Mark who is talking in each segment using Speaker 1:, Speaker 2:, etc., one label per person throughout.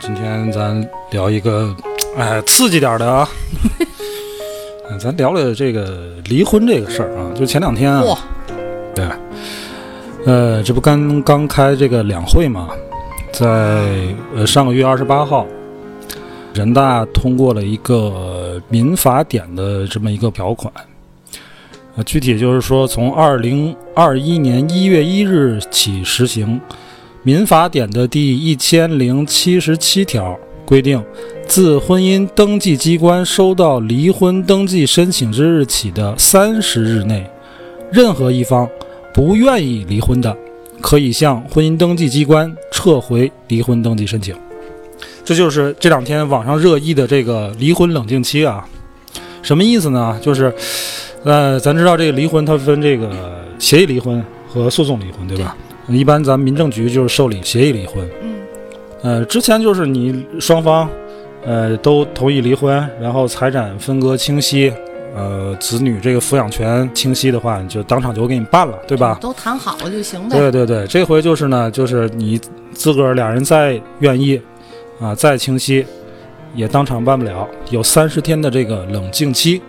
Speaker 1: 今天咱聊一个，哎，刺激点儿的啊。 嗯咱聊聊这个离婚这个事儿啊，就前两天啊，
Speaker 2: 哇
Speaker 1: 对，呃，这不刚刚开这个两会嘛，在呃上个月二十八号，人大通过了一个、呃民法典的这么一个条款，呃，具体就是说从二零二一年一月一日起实行，民法典的第一千零七十七条规定，自婚姻登记机关收到离婚登记申请之日起的三十日内，任何一方不愿意离婚的，可以向婚姻登记机关撤回离婚登记申请。这就是这两天网上热议的这个离婚冷静期啊，什么意思呢？就是，呃，咱知道这个离婚它分这个协议离婚和诉讼离婚，对吧？一般咱们民政局就是受理协议离婚。
Speaker 2: 嗯，
Speaker 1: 呃，之前就是你双方，呃，都同意离婚，然后财产分割清晰，呃，子女这个抚养权清晰的话，你就当场就给你办了，对吧？
Speaker 2: 都谈好了就行呗。
Speaker 1: 对对对，这回就是呢，就是你自个儿俩人再愿意，啊，再清晰，也当场办不了，有三十天的这个冷静期。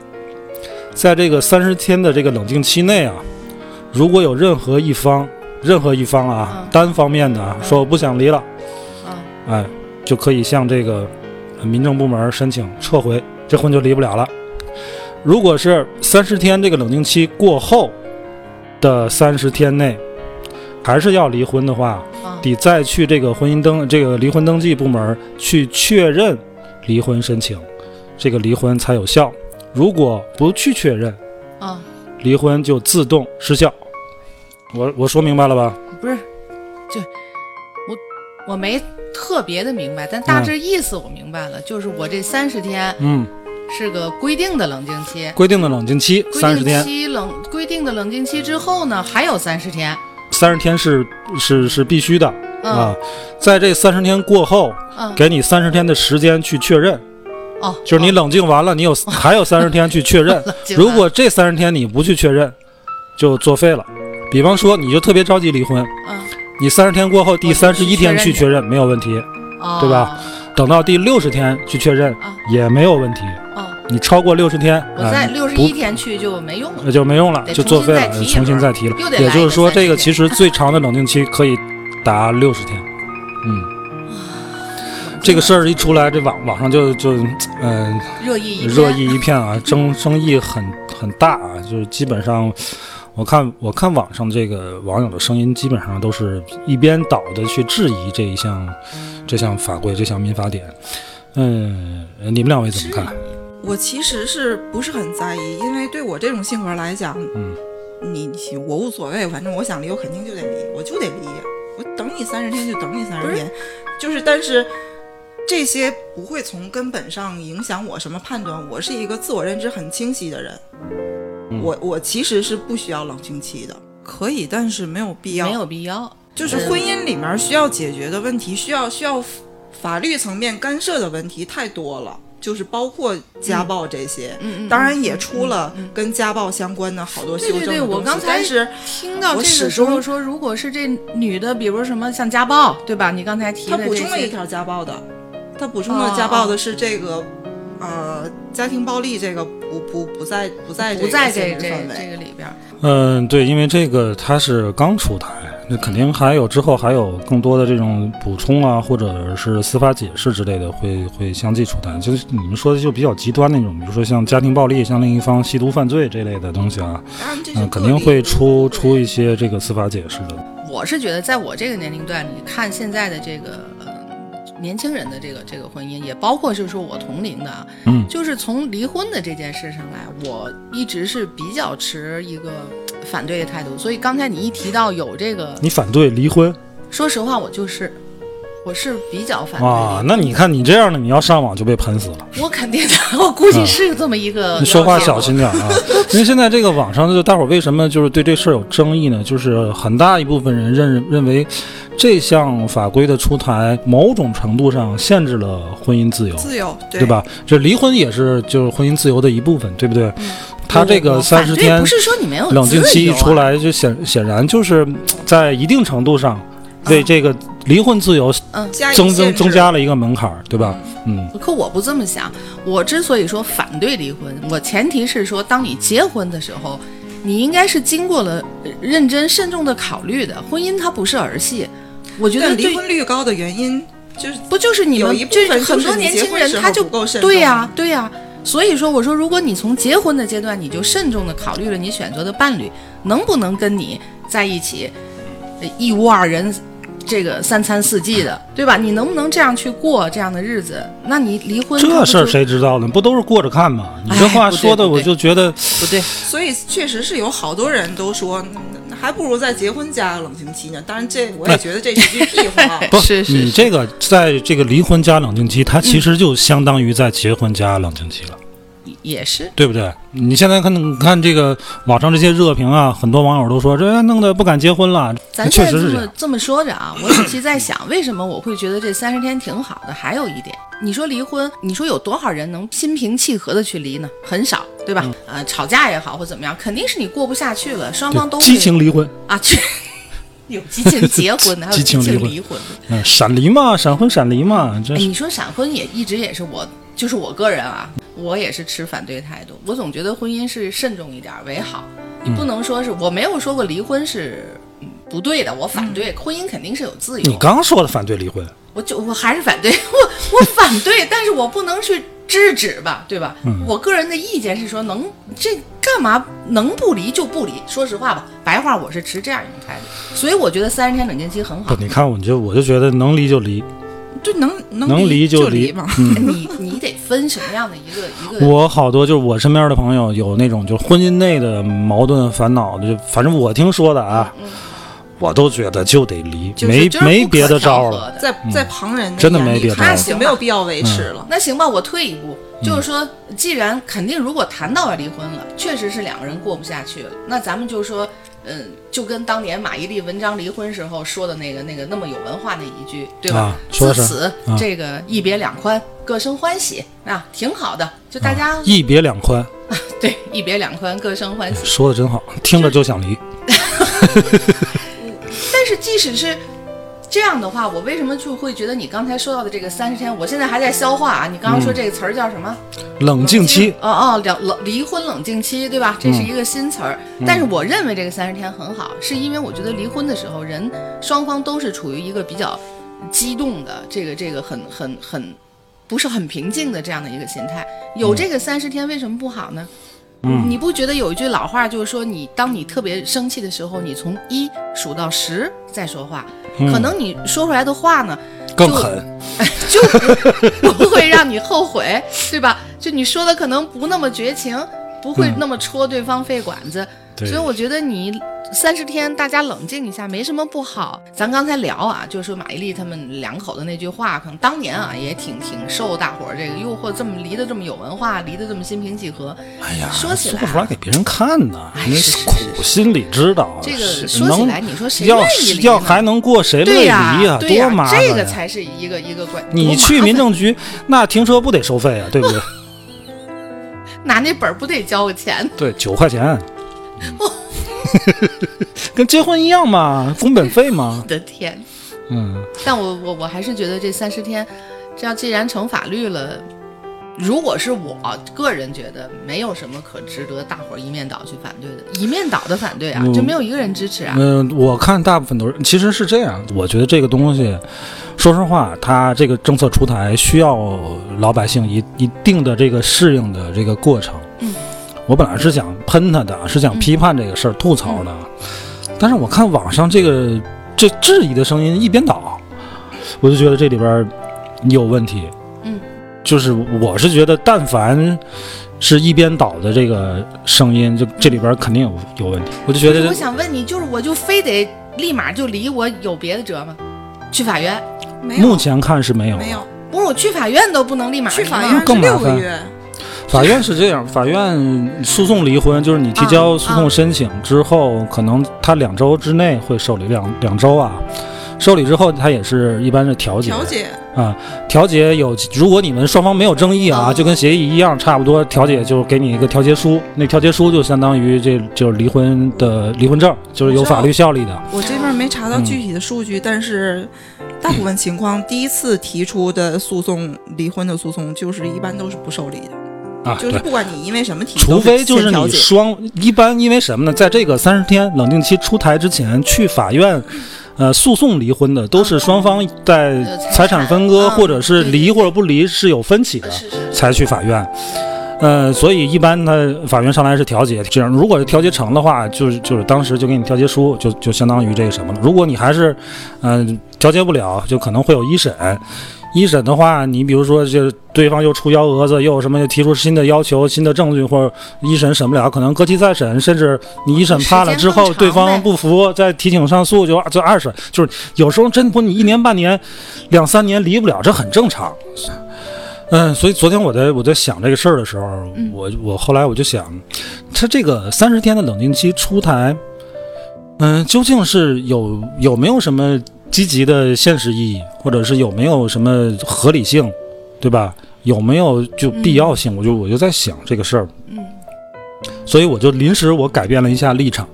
Speaker 1: 在这个三十天的这个冷静期内啊，如果有任何一方，任何一方啊，
Speaker 2: 嗯
Speaker 1: 单方面的啊，
Speaker 2: 嗯
Speaker 1: 说我不想离了，
Speaker 2: 啊，
Speaker 1: 哎，就可以向这个呃民政部门申请撤回，这婚就离不了了。如果是三十天这个冷静期过后的三十天内，还是要离婚的话，
Speaker 2: 啊
Speaker 1: 得再去这个婚姻登这个离婚登记部门去确认离婚申请，这个离婚才有效。如果不去确认，
Speaker 2: 啊，
Speaker 1: 离婚就自动失效。我我说明白了吧？
Speaker 2: 不是，就我我没特别的明白，但大致意思我明白了，就是我这三十天
Speaker 1: 嗯，
Speaker 2: 是个规定的冷静期。
Speaker 1: 规定的冷静期
Speaker 2: 规
Speaker 1: 三十
Speaker 2: 定
Speaker 1: 天，
Speaker 2: 期冷规定的冷静期之后呢，还有三十天。
Speaker 1: 三十天是是是必须的。啊
Speaker 2: 嗯，
Speaker 1: 在这三十天过后，
Speaker 2: 嗯，
Speaker 1: 给你三十天的时间去确认，
Speaker 2: 哦，
Speaker 1: 就是你
Speaker 2: 哦。
Speaker 1: 冷静完了，你有还有三十天去确认
Speaker 2: 冷静
Speaker 1: 如
Speaker 2: 了
Speaker 1: 果这三十天你不去确认，就作废了。比方说，你就特别着急离婚，
Speaker 2: 嗯
Speaker 1: 你三十天过后第
Speaker 2: 我
Speaker 1: 三
Speaker 2: 就
Speaker 1: 十
Speaker 2: 去
Speaker 1: 一
Speaker 2: 确
Speaker 1: 天
Speaker 2: 认
Speaker 1: 去
Speaker 2: 去
Speaker 1: 确认没有问题，
Speaker 2: 哦
Speaker 1: 对吧？等到第六十天去确认
Speaker 2: 啊
Speaker 1: 也没有问题。
Speaker 2: 哦，
Speaker 1: 你超过六十天，
Speaker 2: 我在
Speaker 1: 哎
Speaker 2: 六十一
Speaker 1: 不
Speaker 2: 天去就没用了。
Speaker 1: 那就没用了，
Speaker 2: 得
Speaker 1: 就
Speaker 2: 重
Speaker 1: 作废
Speaker 2: 新再
Speaker 1: 了，
Speaker 2: 提一
Speaker 1: 重新
Speaker 2: 轮
Speaker 1: 再提了
Speaker 2: 又。得
Speaker 1: 也
Speaker 2: 来一
Speaker 1: 就是
Speaker 2: 个
Speaker 1: 说，
Speaker 2: 30
Speaker 1: 这个
Speaker 2: 天
Speaker 1: 其 实最长的冷静期可以达六十天。嗯，这个事儿一出来，这网网上就就嗯、
Speaker 2: 热议一篇
Speaker 1: 热，议一片啊，争争议很很大啊，就是基本上。我看，我看网上这个网友的声音，基本上都是一边倒的去质疑这一项、这项法规、这项民法典。嗯，你们两位怎么看？
Speaker 3: 我其实是不是很在意，因为对我这种性格来讲，
Speaker 1: 嗯，
Speaker 3: 你你我无所谓，反正我想离，我肯定就得离，我就得离，我等你三十天就等你三
Speaker 2: 不
Speaker 3: 十
Speaker 2: 是
Speaker 3: 天，就是但是这些不会从根本上影响我什么判断，我是一个自我认知很清晰的人，
Speaker 1: 嗯
Speaker 3: 我我其实是不需要冷静期的，可以，但是没有必要，
Speaker 2: 没有必要。
Speaker 3: 就是婚姻里面需要解决的问题，需要需要法律层面干涉的问题太多了，就是包括家暴这些。
Speaker 2: 嗯嗯，
Speaker 3: 当然也出了跟家暴相关的好多修正的
Speaker 2: 对对对
Speaker 3: 东西
Speaker 2: 我刚才
Speaker 3: 但是
Speaker 2: 听到
Speaker 3: 我
Speaker 2: 这个
Speaker 3: 始
Speaker 2: 时候
Speaker 3: 终
Speaker 2: 说，如果是这女的，比如什么像家暴，对吧？你刚才提
Speaker 3: 他
Speaker 2: 的
Speaker 3: 补
Speaker 2: 这
Speaker 3: 充了一
Speaker 2: 些，哦
Speaker 3: 条家暴的，他补充了家暴的是这个，呃，家庭暴力这个不不不在不在
Speaker 2: 不在
Speaker 3: 这个
Speaker 2: 这这
Speaker 3: 限制范
Speaker 2: 这
Speaker 3: 围。
Speaker 2: 个里边儿。
Speaker 1: 嗯，对，因为这个它是刚出台，那肯定还有之后还有更多的这种补充啊，或者是司法解释之类的会会相继出台。就是你们说的就比较极端那种，比如说像家庭暴力、像另一方吸毒犯罪这类的东西啊，
Speaker 3: 当然这是
Speaker 1: 嗯，
Speaker 3: 个
Speaker 1: 肯
Speaker 3: 例
Speaker 1: 定会出出一些这个司法解释的。
Speaker 2: 我是觉得，在我这个年龄段里，看现在的这个呃年轻人的这个这个婚姻，也包括就是说我同龄的，啊，
Speaker 1: 嗯
Speaker 2: 就是从离婚的这件事上来，我一直是比较持一个呃反对的态度。所以刚才你一提到有这个，
Speaker 1: 你反对离婚？
Speaker 2: 说实话，我就是我是比较反对
Speaker 1: 啊
Speaker 2: 离。
Speaker 1: 那你看你这样的，你要上网就被喷死了。
Speaker 2: 我肯定的，我估计是这么一个。
Speaker 1: 嗯你说话小心。点 啊，因为现在这个网上就大伙儿为什么就是对这事儿有争议呢？就是很大一部分人认认为这项法规的出台，某种程度上限制了婚姻自由。
Speaker 3: 自由对
Speaker 1: 对？吧？这离婚也是就是婚姻自由的一部分，对不对？他这
Speaker 2: 嗯我
Speaker 1: 个
Speaker 2: 我
Speaker 1: 三
Speaker 2: 反
Speaker 1: 十
Speaker 2: 对
Speaker 1: 天
Speaker 2: 不是说你没有
Speaker 1: 冷静期一
Speaker 2: 自由啊
Speaker 1: 出，来，就显显然就是在一定程度上
Speaker 2: 嗯
Speaker 1: 为这个离婚自由
Speaker 3: 加以
Speaker 1: 增增
Speaker 3: 限制
Speaker 1: 增加了一个门槛儿，对吧？嗯，
Speaker 2: 可我不这么想。我之所以说反对离婚，我前提是说，当你结婚的时候，你应该是经过了呃认真慎重的考虑的。婚姻它不是儿戏，我觉得
Speaker 3: 但
Speaker 2: 对
Speaker 3: 离婚率高的原因就是
Speaker 2: 不就是你
Speaker 3: 有
Speaker 2: 们
Speaker 3: 一部
Speaker 2: 这
Speaker 3: 分
Speaker 2: 很
Speaker 3: 就是
Speaker 2: 多
Speaker 3: 你
Speaker 2: 年
Speaker 3: 结
Speaker 2: 轻
Speaker 3: 婚
Speaker 2: 人
Speaker 3: 时候
Speaker 2: 他就
Speaker 3: 不够慎
Speaker 2: 对
Speaker 3: 重啊
Speaker 2: 呀、对呀、所以说我说，如果你从结婚的阶段你就慎重的考虑了你选择的伴侣能不能跟你在一起，呃一屋二人，这个三餐四季的，对吧？你能不能这样去过这样的日子？那你离婚它
Speaker 1: 这
Speaker 2: 不
Speaker 1: 事儿
Speaker 2: 就
Speaker 1: 谁知道呢？不都是过着看吗？你
Speaker 2: 哎
Speaker 1: 这话
Speaker 2: 不对
Speaker 1: 说的，
Speaker 2: 不对
Speaker 1: 我就觉得
Speaker 2: 不对？
Speaker 3: 所以确实是有好多人都说，嗯还不如在结婚加个冷静期呢。当然这，我也觉得这是句屁 话。啊
Speaker 1: 不
Speaker 2: 是是
Speaker 1: 你
Speaker 2: 嗯是
Speaker 1: 这个在这个离婚加冷静期，它其实就相当于在结婚加冷静期了。
Speaker 2: 也是，
Speaker 1: 对不对？你现在看看这个网上这些热评啊，很多网友都说这弄得不敢结婚了，
Speaker 2: 咱
Speaker 1: 确
Speaker 2: 现在这
Speaker 1: 实是这
Speaker 2: 么
Speaker 1: 样。
Speaker 2: 这么说着啊， 我仔细在想，为什么我会觉得这三十天挺好的？还有一点，你说离婚，你说有多少人能心平气和的去离呢？很少，对
Speaker 1: 嗯
Speaker 2: 吧？呃，吵架也好或怎么样，肯定是你过不下去了，双 方都
Speaker 1: 对
Speaker 2: 会
Speaker 1: 激情离婚，
Speaker 2: 啊，去 有激情结婚的，还有
Speaker 1: 激情离
Speaker 2: 离
Speaker 1: 婚
Speaker 2: 婚的。
Speaker 1: 嗯，闪离嘛，闪婚闪离嘛，
Speaker 2: 哎，
Speaker 1: 真是
Speaker 2: 你说闪婚也一直也是我，就是我个人啊，我也是持反对态度。我总觉得婚姻是慎重一点儿为好，你
Speaker 1: 嗯
Speaker 2: 不能说是我没有说过离婚是嗯不对的，我反对、婚姻肯定是有自由
Speaker 1: 嗯你。刚说的反对离婚，
Speaker 2: 我就我还是反对，我我反对，但是我不能去制止吧，对吧？
Speaker 1: 嗯
Speaker 2: 我个人的意见是说能，这干嘛能不离就不离？说实话吧，白话我是持这样一种态度，所以我觉得三十天冷静期很
Speaker 1: 不，
Speaker 2: 好。
Speaker 1: 你看我就我就觉得能离就离，
Speaker 3: 对， 能能
Speaker 1: 能离
Speaker 3: 就
Speaker 1: 离
Speaker 3: 嘛。。
Speaker 1: 嗯，
Speaker 2: 你你得分什么样的一个一个？
Speaker 1: 我好多就是我身边的朋友有那种就是婚姻内的矛盾烦恼的，就反正我听说的啊，我都觉得就得离，
Speaker 2: 嗯就是
Speaker 1: 没
Speaker 2: 就是
Speaker 1: 没
Speaker 2: 不可
Speaker 1: 别的招
Speaker 2: 调
Speaker 1: 儿
Speaker 2: 和
Speaker 1: 了。
Speaker 2: 的
Speaker 3: 在在旁人的
Speaker 1: 嗯真的
Speaker 3: 眼
Speaker 1: 没
Speaker 3: 里
Speaker 1: 别的
Speaker 3: 看
Speaker 1: 了
Speaker 3: 就没有必要维持了。
Speaker 2: 那行吧，我退一步，
Speaker 1: 嗯
Speaker 2: 就是说，既然肯定如果谈到了离婚了，确实是两个人过不下去了，那咱们就说，嗯，就跟当年马伊琍文章离婚时候说的那个那个那么有文化的一句，对吧？
Speaker 1: 啊说
Speaker 2: 自
Speaker 1: 的是
Speaker 2: 此、
Speaker 1: 啊
Speaker 2: 这个一别两宽，各生欢喜啊，挺好的，就大家、
Speaker 1: 啊一别两宽，
Speaker 2: 对一别两宽，各生欢喜。
Speaker 1: 说的真好，听着就想离。
Speaker 2: 但是即使是这样的话，我为什么就会觉得你刚才说到的这个三十天，我现在还在消化啊？你刚刚
Speaker 1: 嗯
Speaker 2: 说这个词儿叫什么？
Speaker 1: 冷静期，
Speaker 2: 哦哦，两冷离婚冷静期，对吧？这是一个新词儿，但是我认为这个三十天很好，是因为我觉得离婚的时候，人双方都是处于一个比较激动的，这个这个很很很不是很平静的这样的一个心态。有这个三十天为什么不好呢？你不觉得有一句老话就是说，你当你特别生气的时候，你从一数到十再说话，可能你说出来的话呢
Speaker 1: 更
Speaker 2: 就
Speaker 1: 狠。
Speaker 2: 就不不会让你后悔，对吧？就你说的可能不那么绝情，不会那么戳对方肺管子，
Speaker 1: 嗯对
Speaker 2: 所以我觉得你三十天大家冷静一下没什么不好。咱刚才聊啊，就是说马伊琍他们两口的那句话，可能当年啊也挺挺受大伙儿这个诱惑，这么离得这么有文化，离得这么心平气和。
Speaker 1: 哎呀，
Speaker 2: 说起来
Speaker 1: 不
Speaker 2: 啊
Speaker 1: 出来给别人看呢，
Speaker 2: 哎
Speaker 1: 你
Speaker 2: 是是是
Speaker 1: 苦心里知道。啊
Speaker 2: 这个
Speaker 1: 是
Speaker 2: 说起
Speaker 1: 能
Speaker 2: 来你说谁
Speaker 1: 要
Speaker 2: 愿意离
Speaker 1: 要
Speaker 2: 呢
Speaker 1: 还能过谁乐
Speaker 2: 对
Speaker 1: 意
Speaker 2: 呀、
Speaker 1: 呀？
Speaker 2: 对呀、
Speaker 1: 啊多麻烦呀！
Speaker 2: 这个才是一个一个关。多
Speaker 1: 你
Speaker 2: 麻
Speaker 1: 去民
Speaker 2: 烦
Speaker 1: 政局，那停车不得收费啊？对 不对？
Speaker 2: 拿那本儿不得交个钱？
Speaker 1: 对，九块钱，嗯 跟结婚一样嘛，工本费嘛
Speaker 2: 我。的天！
Speaker 1: 嗯，
Speaker 2: 但我我我还是觉得这三十天，这要既然成法律了，如果是我个人觉得没有什么可值得大伙儿一面倒去反对的，一面倒的反对啊，
Speaker 1: 嗯
Speaker 2: 就没有一个人支持啊。
Speaker 1: 嗯、我看大部分都是，其实是这样。我觉得这个东西，说实话，它这个政策出台需要老百姓一一定的这个适应的这个过程。
Speaker 2: 嗯，
Speaker 1: 我本来是想喷他的，是想批判这个事儿、吐槽的，但是我看网上这个这质疑的声音一边倒，我就觉得这里边儿有问题。
Speaker 2: 嗯，
Speaker 1: 就是我是觉得，但凡。是一边倒的这个声音，就这里边儿肯定有有问题，我就觉得
Speaker 2: 所以
Speaker 1: 这
Speaker 2: 我想问你，就是我就非得立马就离，我有别的辙吗？去法院？
Speaker 3: 没有
Speaker 1: 嗯目前看是没有啊，
Speaker 3: 没有，
Speaker 2: 不是我去法院都不能立马
Speaker 3: 去
Speaker 2: 离
Speaker 3: 法
Speaker 2: 吗
Speaker 3: 院是
Speaker 1: 更麻
Speaker 3: 六个
Speaker 1: 烦
Speaker 3: 月，
Speaker 1: 法院是这样， 法院诉讼离婚就是你提
Speaker 3: 啊
Speaker 1: 交诉讼申请之后，可能他两周之内会受理两两周啊，受理之后他也是一般是调解，
Speaker 3: 调解
Speaker 1: 啊，调解有，如果你们双方没有争议啊，
Speaker 2: 哦
Speaker 1: 就跟协议一样，差不多调解就给你一个调解书，那调解书就相当于这就是离婚的离婚证，就是有法律效力的。
Speaker 3: 我这边没查到
Speaker 1: 嗯
Speaker 3: 具体的数据，但是大部分情况，第一次提出的诉讼，离婚的诉讼，就是一般都是不受理的，
Speaker 1: 啊，
Speaker 3: 就是
Speaker 1: 对。
Speaker 3: 不管你因为什么提，
Speaker 1: 除非就
Speaker 3: 都
Speaker 1: 是
Speaker 3: 先调
Speaker 1: 你
Speaker 3: 解
Speaker 1: 双一般，因为什么呢？在这个三十天冷静期出台之前，去法院，呃，诉讼离婚的都是双方在
Speaker 2: 啊呃财
Speaker 1: 财产
Speaker 2: 产
Speaker 1: 分割
Speaker 2: 啊
Speaker 1: 或者是
Speaker 2: 对
Speaker 1: 离或者不离是有分歧的
Speaker 2: 呃，是是
Speaker 1: 才去法院。呃，所以一般呢，法院上来是调解，这样如果调解成的话，就是就是当时就给你调解书，就就相当于这个什么了。如果你还是，嗯、调解不了，就可能会有一审。一审的话，你比如说，就是对方又出幺蛾子，又有什么又提出新的要求、新的证据，或者一审审不了，可能搁置再审，甚至你一审判了之
Speaker 2: 时
Speaker 1: 后，
Speaker 2: 间更长
Speaker 1: 对方
Speaker 2: 呗
Speaker 1: 不服，再提请上诉，就就二审。就是有时候真不，你一年半年、两三年离不了，这很正常。嗯，所以昨天我在我在想这个事儿的时候，我我后来我就想，他这个三十天的冷静期出台，嗯、究竟是有有没有什么积极的现实意义，或者是有没有什么合理性，对吧？有没有就
Speaker 3: 嗯
Speaker 1: 必要性？我就我就在想这个事儿，
Speaker 2: 嗯，
Speaker 1: 所以我就临时我改变了一下立 场。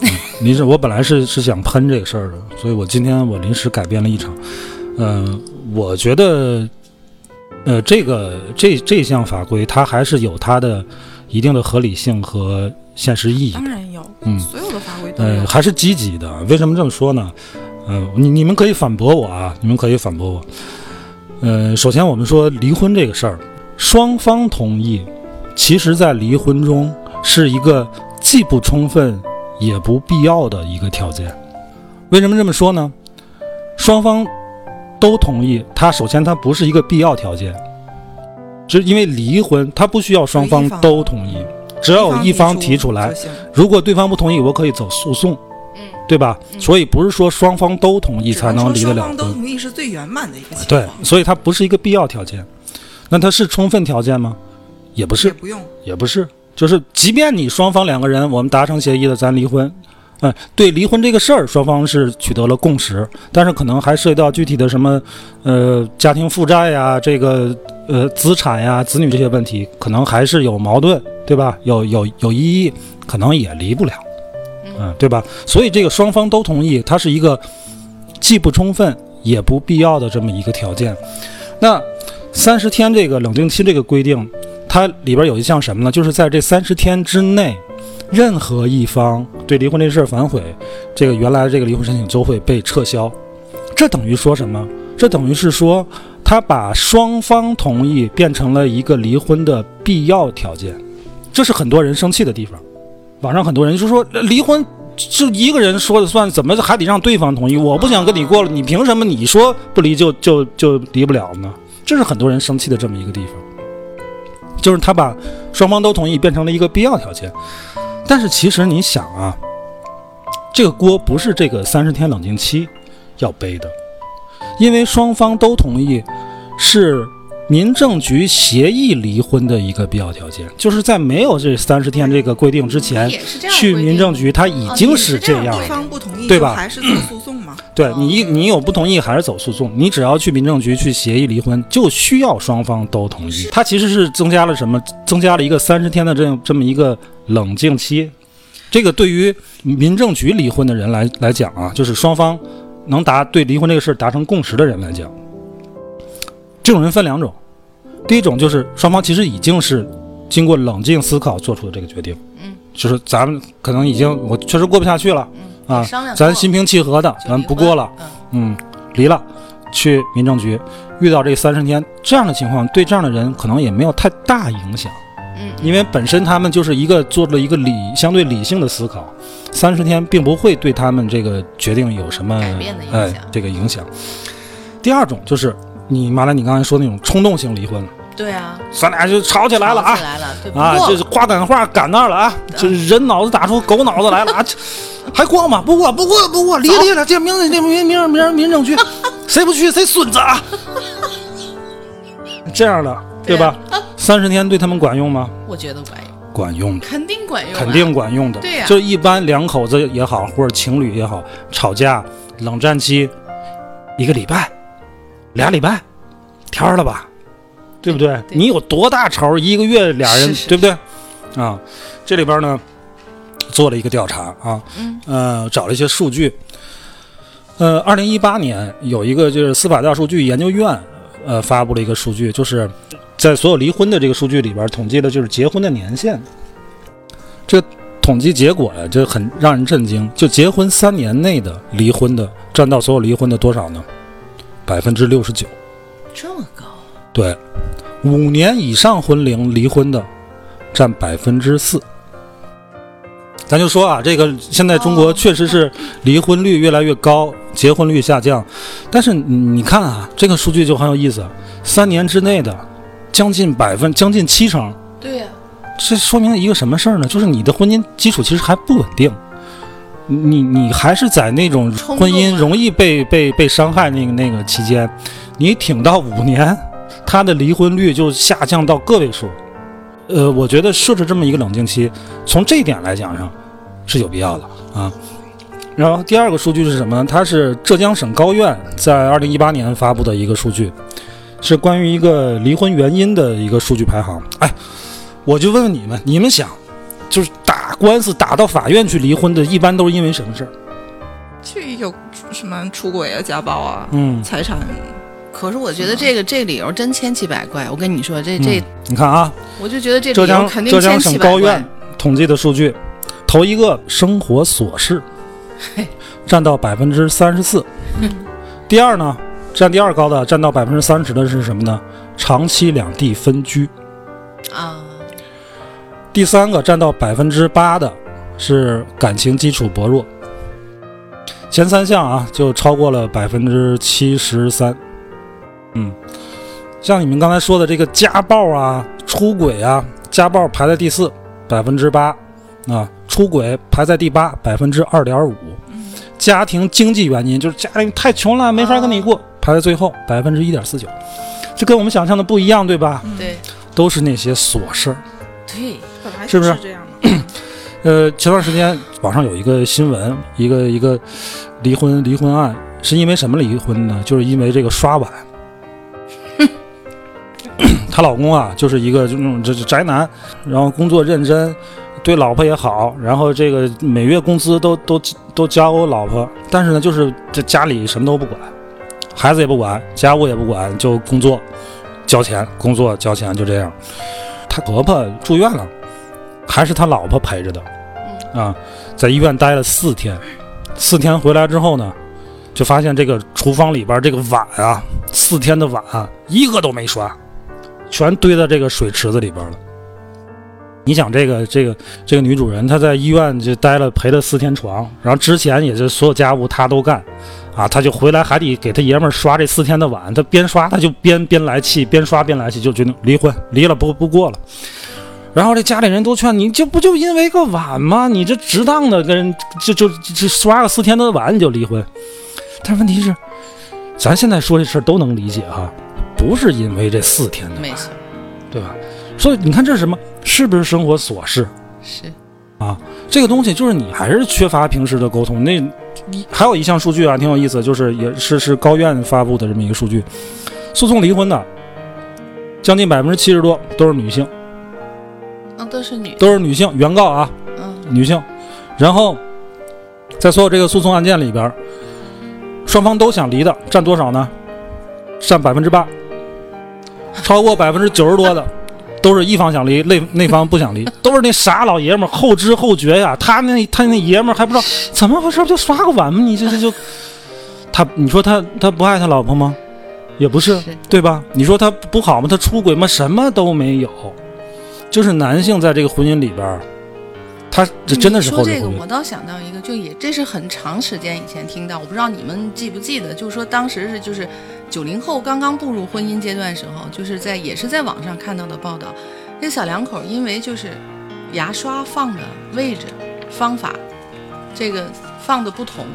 Speaker 1: 嗯临时我本来是是想喷这个事儿的，所以我今天我临时改变了立场。嗯、我觉得呃，这个这这项法规它还是有它的一定的合理性和现实意义的
Speaker 3: 当然有，
Speaker 1: 嗯
Speaker 3: 所有的法规都有
Speaker 1: 呃，。还是积极的。为什么这么说呢？呃，你你们可以反驳我啊，你们可以反驳我。呃，首先我们说离婚这个事儿，双方同意，其实在离婚中是一个既不充分也不必要的一个条件。为什么这么说呢？双方都同意，它首先它不是一个必要条件，只因为离婚它不需要双
Speaker 3: 有
Speaker 1: 方
Speaker 3: 一方
Speaker 1: 都同意，只要有一方提出
Speaker 3: 出
Speaker 1: 来
Speaker 3: 就，行，
Speaker 1: 如果对方不同意，我可以走诉讼，
Speaker 2: 嗯
Speaker 1: 对吧？
Speaker 2: 嗯
Speaker 1: 所以不是说双方都同意才能离得
Speaker 3: 只能说
Speaker 1: 了
Speaker 3: 双方都
Speaker 1: 婚，
Speaker 3: 同意是最圆满的一个情
Speaker 1: 对
Speaker 3: 况，，
Speaker 1: 所以它不是一个必要条件。那它是充分条件吗？也不
Speaker 3: 也
Speaker 1: 是，
Speaker 3: 不用
Speaker 1: 也不是，就是即便你双方两个人我们达成协议了，咱离婚。嗯，对离婚这个事儿，双方是取得了共识，但是可能还涉及到具体的什么，呃，家庭负债呀，这个呃资产呀、子女这些问题，可能还是有矛盾，对吧？有有有异议，可能也离不了。嗯，对吧？所以这个双方都同意，它是一个既不充分也不必要的这么一个条件。那三十天这个冷静期这个规定，它里边有一项什么呢？就是在这三十天之内，任何一方对离婚这事儿反悔，这个原来的这个离婚申请就会被撤销。这等于说什么？这等于是说，他把双方同意变成了一个离婚的必要条件，这是很多人生气的地方。网上很多人就说呃离婚是一个人说了算，怎么还得让对方同意？我不想跟你过了，你凭什么你说不离就就就离不了呢？这是很多人生气的这么一个地方，就是他把双方都同意变成了一个必要条件。但是其实你想啊，这个锅不是这个三十天冷静期要背的，因为双方都同意是民政局协议离婚的一个必要条件，就是在没有这三十天这个规定之前，
Speaker 2: 也是这样
Speaker 1: 去
Speaker 2: 规
Speaker 1: 民
Speaker 2: 定
Speaker 1: 政局它已
Speaker 2: 哦
Speaker 1: 经
Speaker 2: 你
Speaker 1: 是
Speaker 2: 是
Speaker 1: 这
Speaker 2: 这样
Speaker 1: 样
Speaker 2: 规
Speaker 1: 了
Speaker 3: 一
Speaker 2: 定。
Speaker 3: 方不同意，
Speaker 1: 对吧
Speaker 3: 就还是走诉讼嘛。
Speaker 1: 对
Speaker 2: 哦
Speaker 1: 你，你有不同意还是走诉讼？你只要去民政局去协议离婚，就需要双方都同意。它其实是增加了什么？增加了一个三十天的这样这么一个冷静期。这个对于民政局离婚的人来来讲啊，就是双方能达对离婚这个事儿达成共识的人来讲，这种人分两种。第一种就是双方其实已经是经过冷静思考做出的这个决定，
Speaker 2: 嗯，
Speaker 1: 就是咱们可能已经我确实过不下去了，
Speaker 2: 嗯
Speaker 1: 啊
Speaker 2: 商量
Speaker 1: 咱
Speaker 2: 过
Speaker 1: 心平气和的，
Speaker 2: 就
Speaker 1: 咱
Speaker 2: 离
Speaker 1: 不
Speaker 2: 婚
Speaker 1: 过了，
Speaker 2: 嗯
Speaker 1: 嗯，离了，去民政局，遇到这三十天这样的情况，对这样的人可能也没有太大影响，
Speaker 2: 嗯
Speaker 1: 因为本身他们就是一个做了一个理相对理性的思考，三十天并不会对他们这个决定有什么
Speaker 2: 改变的影响
Speaker 1: 哎这个影响。第二种就是你马来你刚才说那种冲动性离婚，
Speaker 2: 对啊，
Speaker 1: 咱俩就吵起来了
Speaker 2: 吵
Speaker 1: 啊
Speaker 2: 起，来了，对不
Speaker 1: 啊，
Speaker 2: 过嗯
Speaker 1: 这是话赶话赶那儿了啊，这人脑子打出狗脑 子来了啊，这还过吗？不过不过不过，离离了，这明明明明明明民政局，谁不去谁孙子啊！这样的，对吧？
Speaker 2: 啊
Speaker 1: 三十天对他们管用吗？
Speaker 2: 我觉得管用，
Speaker 1: 管用
Speaker 2: 啊
Speaker 1: 的，
Speaker 2: 肯定管用、啊，
Speaker 1: 肯定管用的。
Speaker 2: 对呀
Speaker 1: 就一般两口子也好，或者情侣也好，吵架冷战期一个礼拜、俩礼拜，天儿了吧，对不对？
Speaker 2: 对
Speaker 1: 你有多大仇？一个月俩人，
Speaker 2: 是是
Speaker 1: 对不对？啊，这里边呢做了一个调查啊，
Speaker 2: 嗯
Speaker 1: 呃，找了一些数据。呃，二零一八年有一个就是司法大数据研究院，呃，发布了一个数据，就是在所有离婚的这个数据里边统计了就是结婚的年限。这个统计结果呀，这很让人震惊。就结婚三年内的离婚的，占到所有离婚的多少呢？百分之六十九。
Speaker 2: 这么高，
Speaker 1: 对，五年以上婚龄离婚的占百分之四。咱就说啊，这个现在中国确实是离婚率越来越高，结婚率下降。但是你你看啊，这个数据就很有意思，三年之内的将近百分将近七成，
Speaker 2: 对呀、
Speaker 1: 这说明一个什么事儿呢？就是你的婚姻基础其实还不稳定，你你还是在那种
Speaker 2: 冲动啊
Speaker 1: 婚姻容易被被被伤害那个那个期间，你挺到五年，他的离婚率就下降到个位数。呃，我觉得设置这么一个冷静期，从这一点来讲上是有必要的啊。然后第二个数据是什么呢？它是浙江省高院在二零一八年发布的一个数据，是关于一个离婚原因的一个数据排行。哎，我就问问你们，你们想，就是打官司打到法院去离婚的，一般都是因为什么事儿？
Speaker 3: 去有什么出轨啊、家暴啊、
Speaker 1: 嗯，
Speaker 3: 财产嗯
Speaker 2: 可是我觉得这个这理由真千奇百怪，我跟你说，这这，
Speaker 1: 你看啊，
Speaker 2: 我就觉得这
Speaker 1: 浙
Speaker 2: 理由
Speaker 1: 江
Speaker 2: 肯定
Speaker 1: 浙江
Speaker 2: 千奇
Speaker 1: 省
Speaker 2: 百
Speaker 1: 高院
Speaker 2: 怪。
Speaker 1: 统计的数据，头一个生活琐事
Speaker 2: 嘿，
Speaker 1: 占到百分之三十 四。第二呢，占第二高的，占到百分之三十的是什么呢？长期两地分居。
Speaker 2: 啊，
Speaker 1: 第三个占到百分之八的是感情基础薄弱。前三项啊，就超过了百分之七十三。嗯，像你们刚才说的这个家暴啊、出轨啊，家暴排在第四，百分之八啊，出轨排在第八，百分之二点五。家庭经济原因就是家里太穷了，没法跟你过，排在最后，百分之一点四九。这跟我们想象的不一样，对吧？
Speaker 2: 对
Speaker 1: 都是那些琐事儿。
Speaker 2: 嗯对，
Speaker 3: 本来
Speaker 1: 是不是
Speaker 3: 这样的？
Speaker 1: 呃，前段时间网上有一个新闻，一个一个离婚离婚案，是因为什么离婚呢？就是因为这个刷碗。 她老公啊，就是一个就那种这这宅男，然后工作认真，对老婆也好，然后这个每月工资都都都交我老婆，但是呢，就是这家里什么都不管，孩子也不管，家务也不管，就工作交钱，工作交钱就这样。她婆婆住院了，还是他老婆陪着的，啊，在医院待了四天，四天回来之后呢，就发现这个厨房里边这个碗啊，四天的碗、啊、一个都没刷，全堆在这个水池子里边了。你想这个这个这个女主人，她在医院就待了陪了四天床，然后之前也是所有家务她都干，啊，她就回来还得给她爷们儿刷这四天的碗，她边刷她就边边来气，边刷边来气，就决定离婚，离了不不过了。然后这家里人都劝你，这不就因为个碗吗？你这值当的跟人就就就就刷个四天的碗你就离婚。但问题是，咱现在说这事儿都能理解哈、不是因为这四天的碗
Speaker 2: 没错，
Speaker 1: 对吧？所以你看这是什么？是不是生活琐事？啊
Speaker 2: 是
Speaker 1: 这个东西就是你还是缺乏平时的沟通。那一还有一项数据啊，挺有意思，就是也是是高院发布的这么一个数据，诉讼离婚的将近百分之七十多都是女性，
Speaker 2: 啊，都是女，
Speaker 1: 都是女性原告啊，
Speaker 2: 嗯，
Speaker 1: 女性，然后在所有这个诉讼案件里边儿，双方都想离的占多少呢？占百分之八，超过百分之九十多的都是一方想离，那那方不想 离，都是那傻老爷们儿后知后觉呀、他那他那爷们儿还不知道怎么回事，不就刷个碗吗？你这 这就他，你说他他不爱他老婆吗？也不是，
Speaker 2: 是
Speaker 1: 对吧？你说他不好吗？他出轨吗？什么都没有，就是男性在这个婚姻里边儿，他这真的是
Speaker 2: 你
Speaker 1: 后
Speaker 2: 说
Speaker 1: 知
Speaker 2: 这个，
Speaker 1: 后觉。
Speaker 2: 我倒想到一个，就也这是很长时间以前听到，我不知道你们记不记得，就是说当时是就是九零后刚刚步入婚姻阶段的时候，就是在也是在网上看到的报道，这小两口因为就是牙刷放的位置、方法，这个放的不同，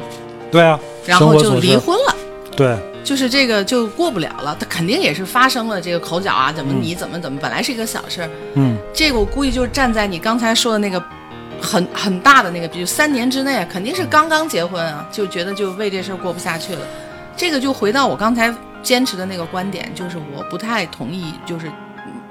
Speaker 1: 对啊，
Speaker 2: 然
Speaker 1: 生
Speaker 2: 后
Speaker 1: 活
Speaker 2: 就
Speaker 1: 琐
Speaker 2: 离
Speaker 1: 事，
Speaker 2: 婚了。
Speaker 1: 对，
Speaker 2: 就是这个就过不了了。他肯定也是发生了这个口角啊，怎么你怎么怎么，本来是一个小事儿，
Speaker 1: 嗯
Speaker 2: 这个我估计就是站在你刚才说的那个很很大的那个，比如三年之内啊，肯定是刚刚结婚啊，就觉得就为这事儿过不下去了。这个就回到我刚才坚持的那个观点，就是我不太同意，就是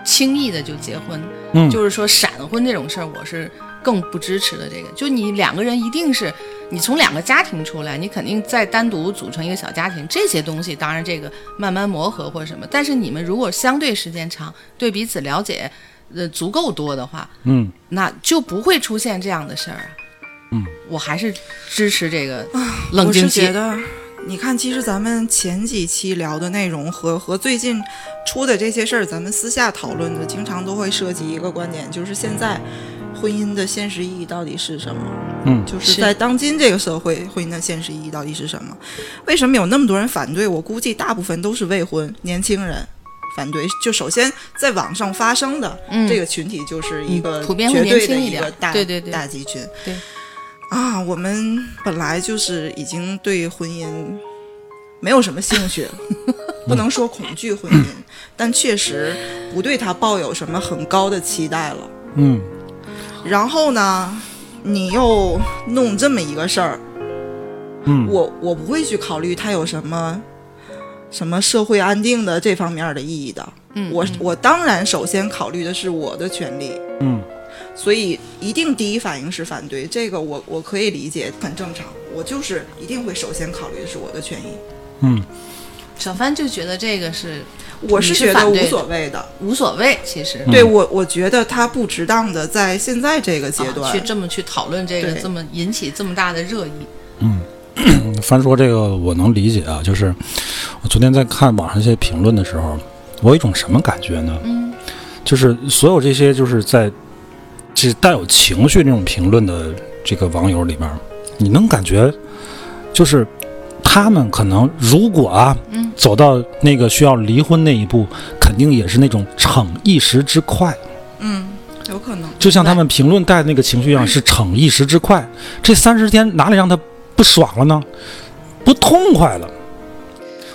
Speaker 2: 轻易的就结婚，
Speaker 1: 嗯，
Speaker 2: 就是说闪婚这种事儿，我是更不支持的。这个，就你两个人一定是你从两个家庭出来，你肯定再单独组成一个小家庭，这些东西当然这个慢慢磨合或者什么，但是你们如果相对时间长，对彼此了解呃足够多的话，
Speaker 1: 嗯
Speaker 2: 那就不会出现这样的事儿啊。
Speaker 1: 嗯，
Speaker 2: 我还是支持这个冷
Speaker 3: 啊我
Speaker 2: 静
Speaker 3: 是
Speaker 2: 期
Speaker 3: 觉。得，你看，其实咱们前几期聊的内容和和最近出的这些事儿，咱们私下讨论的，经常都会涉及一个观点，就是现在婚姻的现实意义到底是什么？
Speaker 1: 嗯
Speaker 3: 就是
Speaker 2: 是
Speaker 3: 在当今这个社会，婚姻的现实意义到底是什么？为什么有那么多人反对？我估计大部分都是未婚年轻人。反对，就首先在网上发生的、
Speaker 2: 嗯
Speaker 3: 这个群体，就是一个
Speaker 2: 嗯普遍会
Speaker 3: 绝对
Speaker 2: 年轻
Speaker 3: 的
Speaker 2: 一点
Speaker 3: 个大
Speaker 2: 对对对
Speaker 3: 大集群。
Speaker 2: 对
Speaker 3: 啊，我们本来就是已经对婚姻没有什么兴趣， 不能说恐惧婚姻，但确实不对它抱有什么很高的期待了。
Speaker 1: 嗯
Speaker 3: 然后呢，你又弄这么一个事儿，
Speaker 1: 嗯，
Speaker 3: 我我不会去考虑它有什么什么社会安定的这方面的意义的。
Speaker 2: 嗯
Speaker 3: 我我当然首先考虑的是我的权利，
Speaker 1: 嗯
Speaker 3: 所以一定第一反应是反对，这个我我可以理解，很正常。我就是一定会首先考虑的是我的权益，
Speaker 1: 嗯
Speaker 2: 小帆就觉得这个是
Speaker 3: 我
Speaker 2: 你是
Speaker 3: 觉得
Speaker 2: 反
Speaker 3: 无
Speaker 2: 对的
Speaker 3: 所谓的。
Speaker 2: 无所谓，其实
Speaker 3: 对
Speaker 1: 嗯
Speaker 3: 我，我觉得它不值当的，在现在这个阶段，
Speaker 2: 啊去这么去讨论这个，
Speaker 3: 对
Speaker 2: 这么引起这么大的热议。
Speaker 1: 嗯，翻说这个我能理解啊，就是我昨天在看网上一些评论的时候，我有一种什么感觉呢？
Speaker 2: 嗯，
Speaker 1: 就是所有这些就是在只带有情绪这种评论的这个网友里边儿，你能感觉就是他们可能如果啊，
Speaker 2: 嗯
Speaker 1: 走到那个需要离婚那一步，肯定也是那种逞一时之快，
Speaker 3: 嗯，有可能。
Speaker 1: 就像他们评论带那个情绪一样，是逞一时之快。这三十天哪里让他不爽了呢？不痛快了。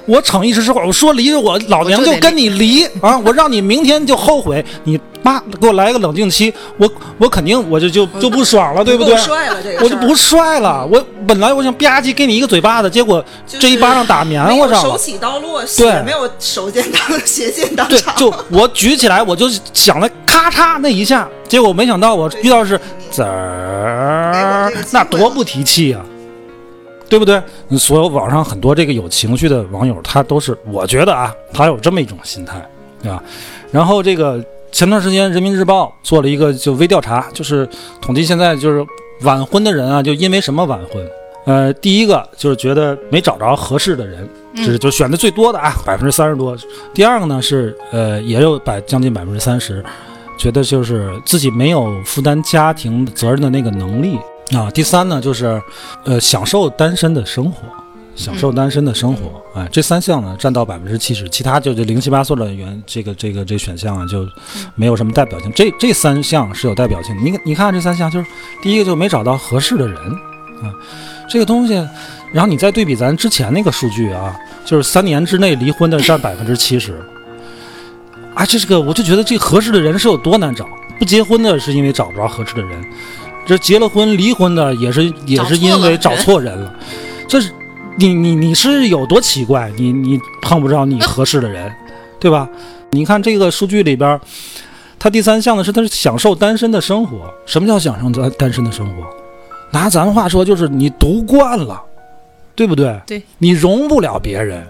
Speaker 1: 我逞一时之快，我说离我老娘就跟你离啊！我让你明天就后悔，你妈给我来个冷静期，我我肯定我就就就不爽了，对不对啊
Speaker 3: 够？帅了这
Speaker 1: 我
Speaker 3: 个事
Speaker 1: 就
Speaker 3: 儿
Speaker 1: 不帅了，我本来我想吧唧给你一个嘴巴子，结果
Speaker 3: 就是
Speaker 1: 这一巴掌打棉
Speaker 3: 没
Speaker 1: 花
Speaker 3: 有
Speaker 1: 上
Speaker 3: 手
Speaker 1: 了。
Speaker 3: 起刀落，血
Speaker 1: 对
Speaker 3: 没有手溅当 血溅当
Speaker 1: 对
Speaker 3: 场，，
Speaker 1: 就我举起来，我就想了咔嚓那一下，结果没想到我遇到的是滋儿
Speaker 3: 给哎我这个，机会
Speaker 1: 那多不提气呀、对不对？所有网上很多这个有情绪的网友，他都是我觉得啊，他有这么一种心态，对吧？然后这个前段时间《人民日报》做了一个就微调查，就是统计现在就是晚婚的人啊，就因为什么晚婚？呃，第一个就是觉得没找着合适的人，
Speaker 3: 嗯
Speaker 1: 这是就选的最多的啊，百分之三十多。第二个呢是呃，也有百将近百分之三十，觉得就是自己没有负担家庭责任的那个能力啊。第三呢就是呃，享受单身的生活。享受单身的生活，哎，这三项呢占到百分之七十，其他就这零七八碎的原这个这个这选项啊就没有什么代表性。这这三项是有代表性的，你你看这三项就是第一个就没找到合适的人啊，这个东西，然后你再对比咱之前那个数据啊，就是三年之内离婚的占百分之七十，啊，这是个我就觉得这合适的人是有多难找，不结婚的是因为找不着合适的人，这结了婚离婚的也是也是因为
Speaker 2: 找
Speaker 1: 找错人了，这是你你你是有多奇怪，你你碰不着你合适的人，对吧？你看这个数据里边儿，它第三项呢是它是享受单身的生活。什么叫享受单单身的生活？拿咱话说就是你独惯了，对不对？
Speaker 2: 对，
Speaker 1: 你容不了别人，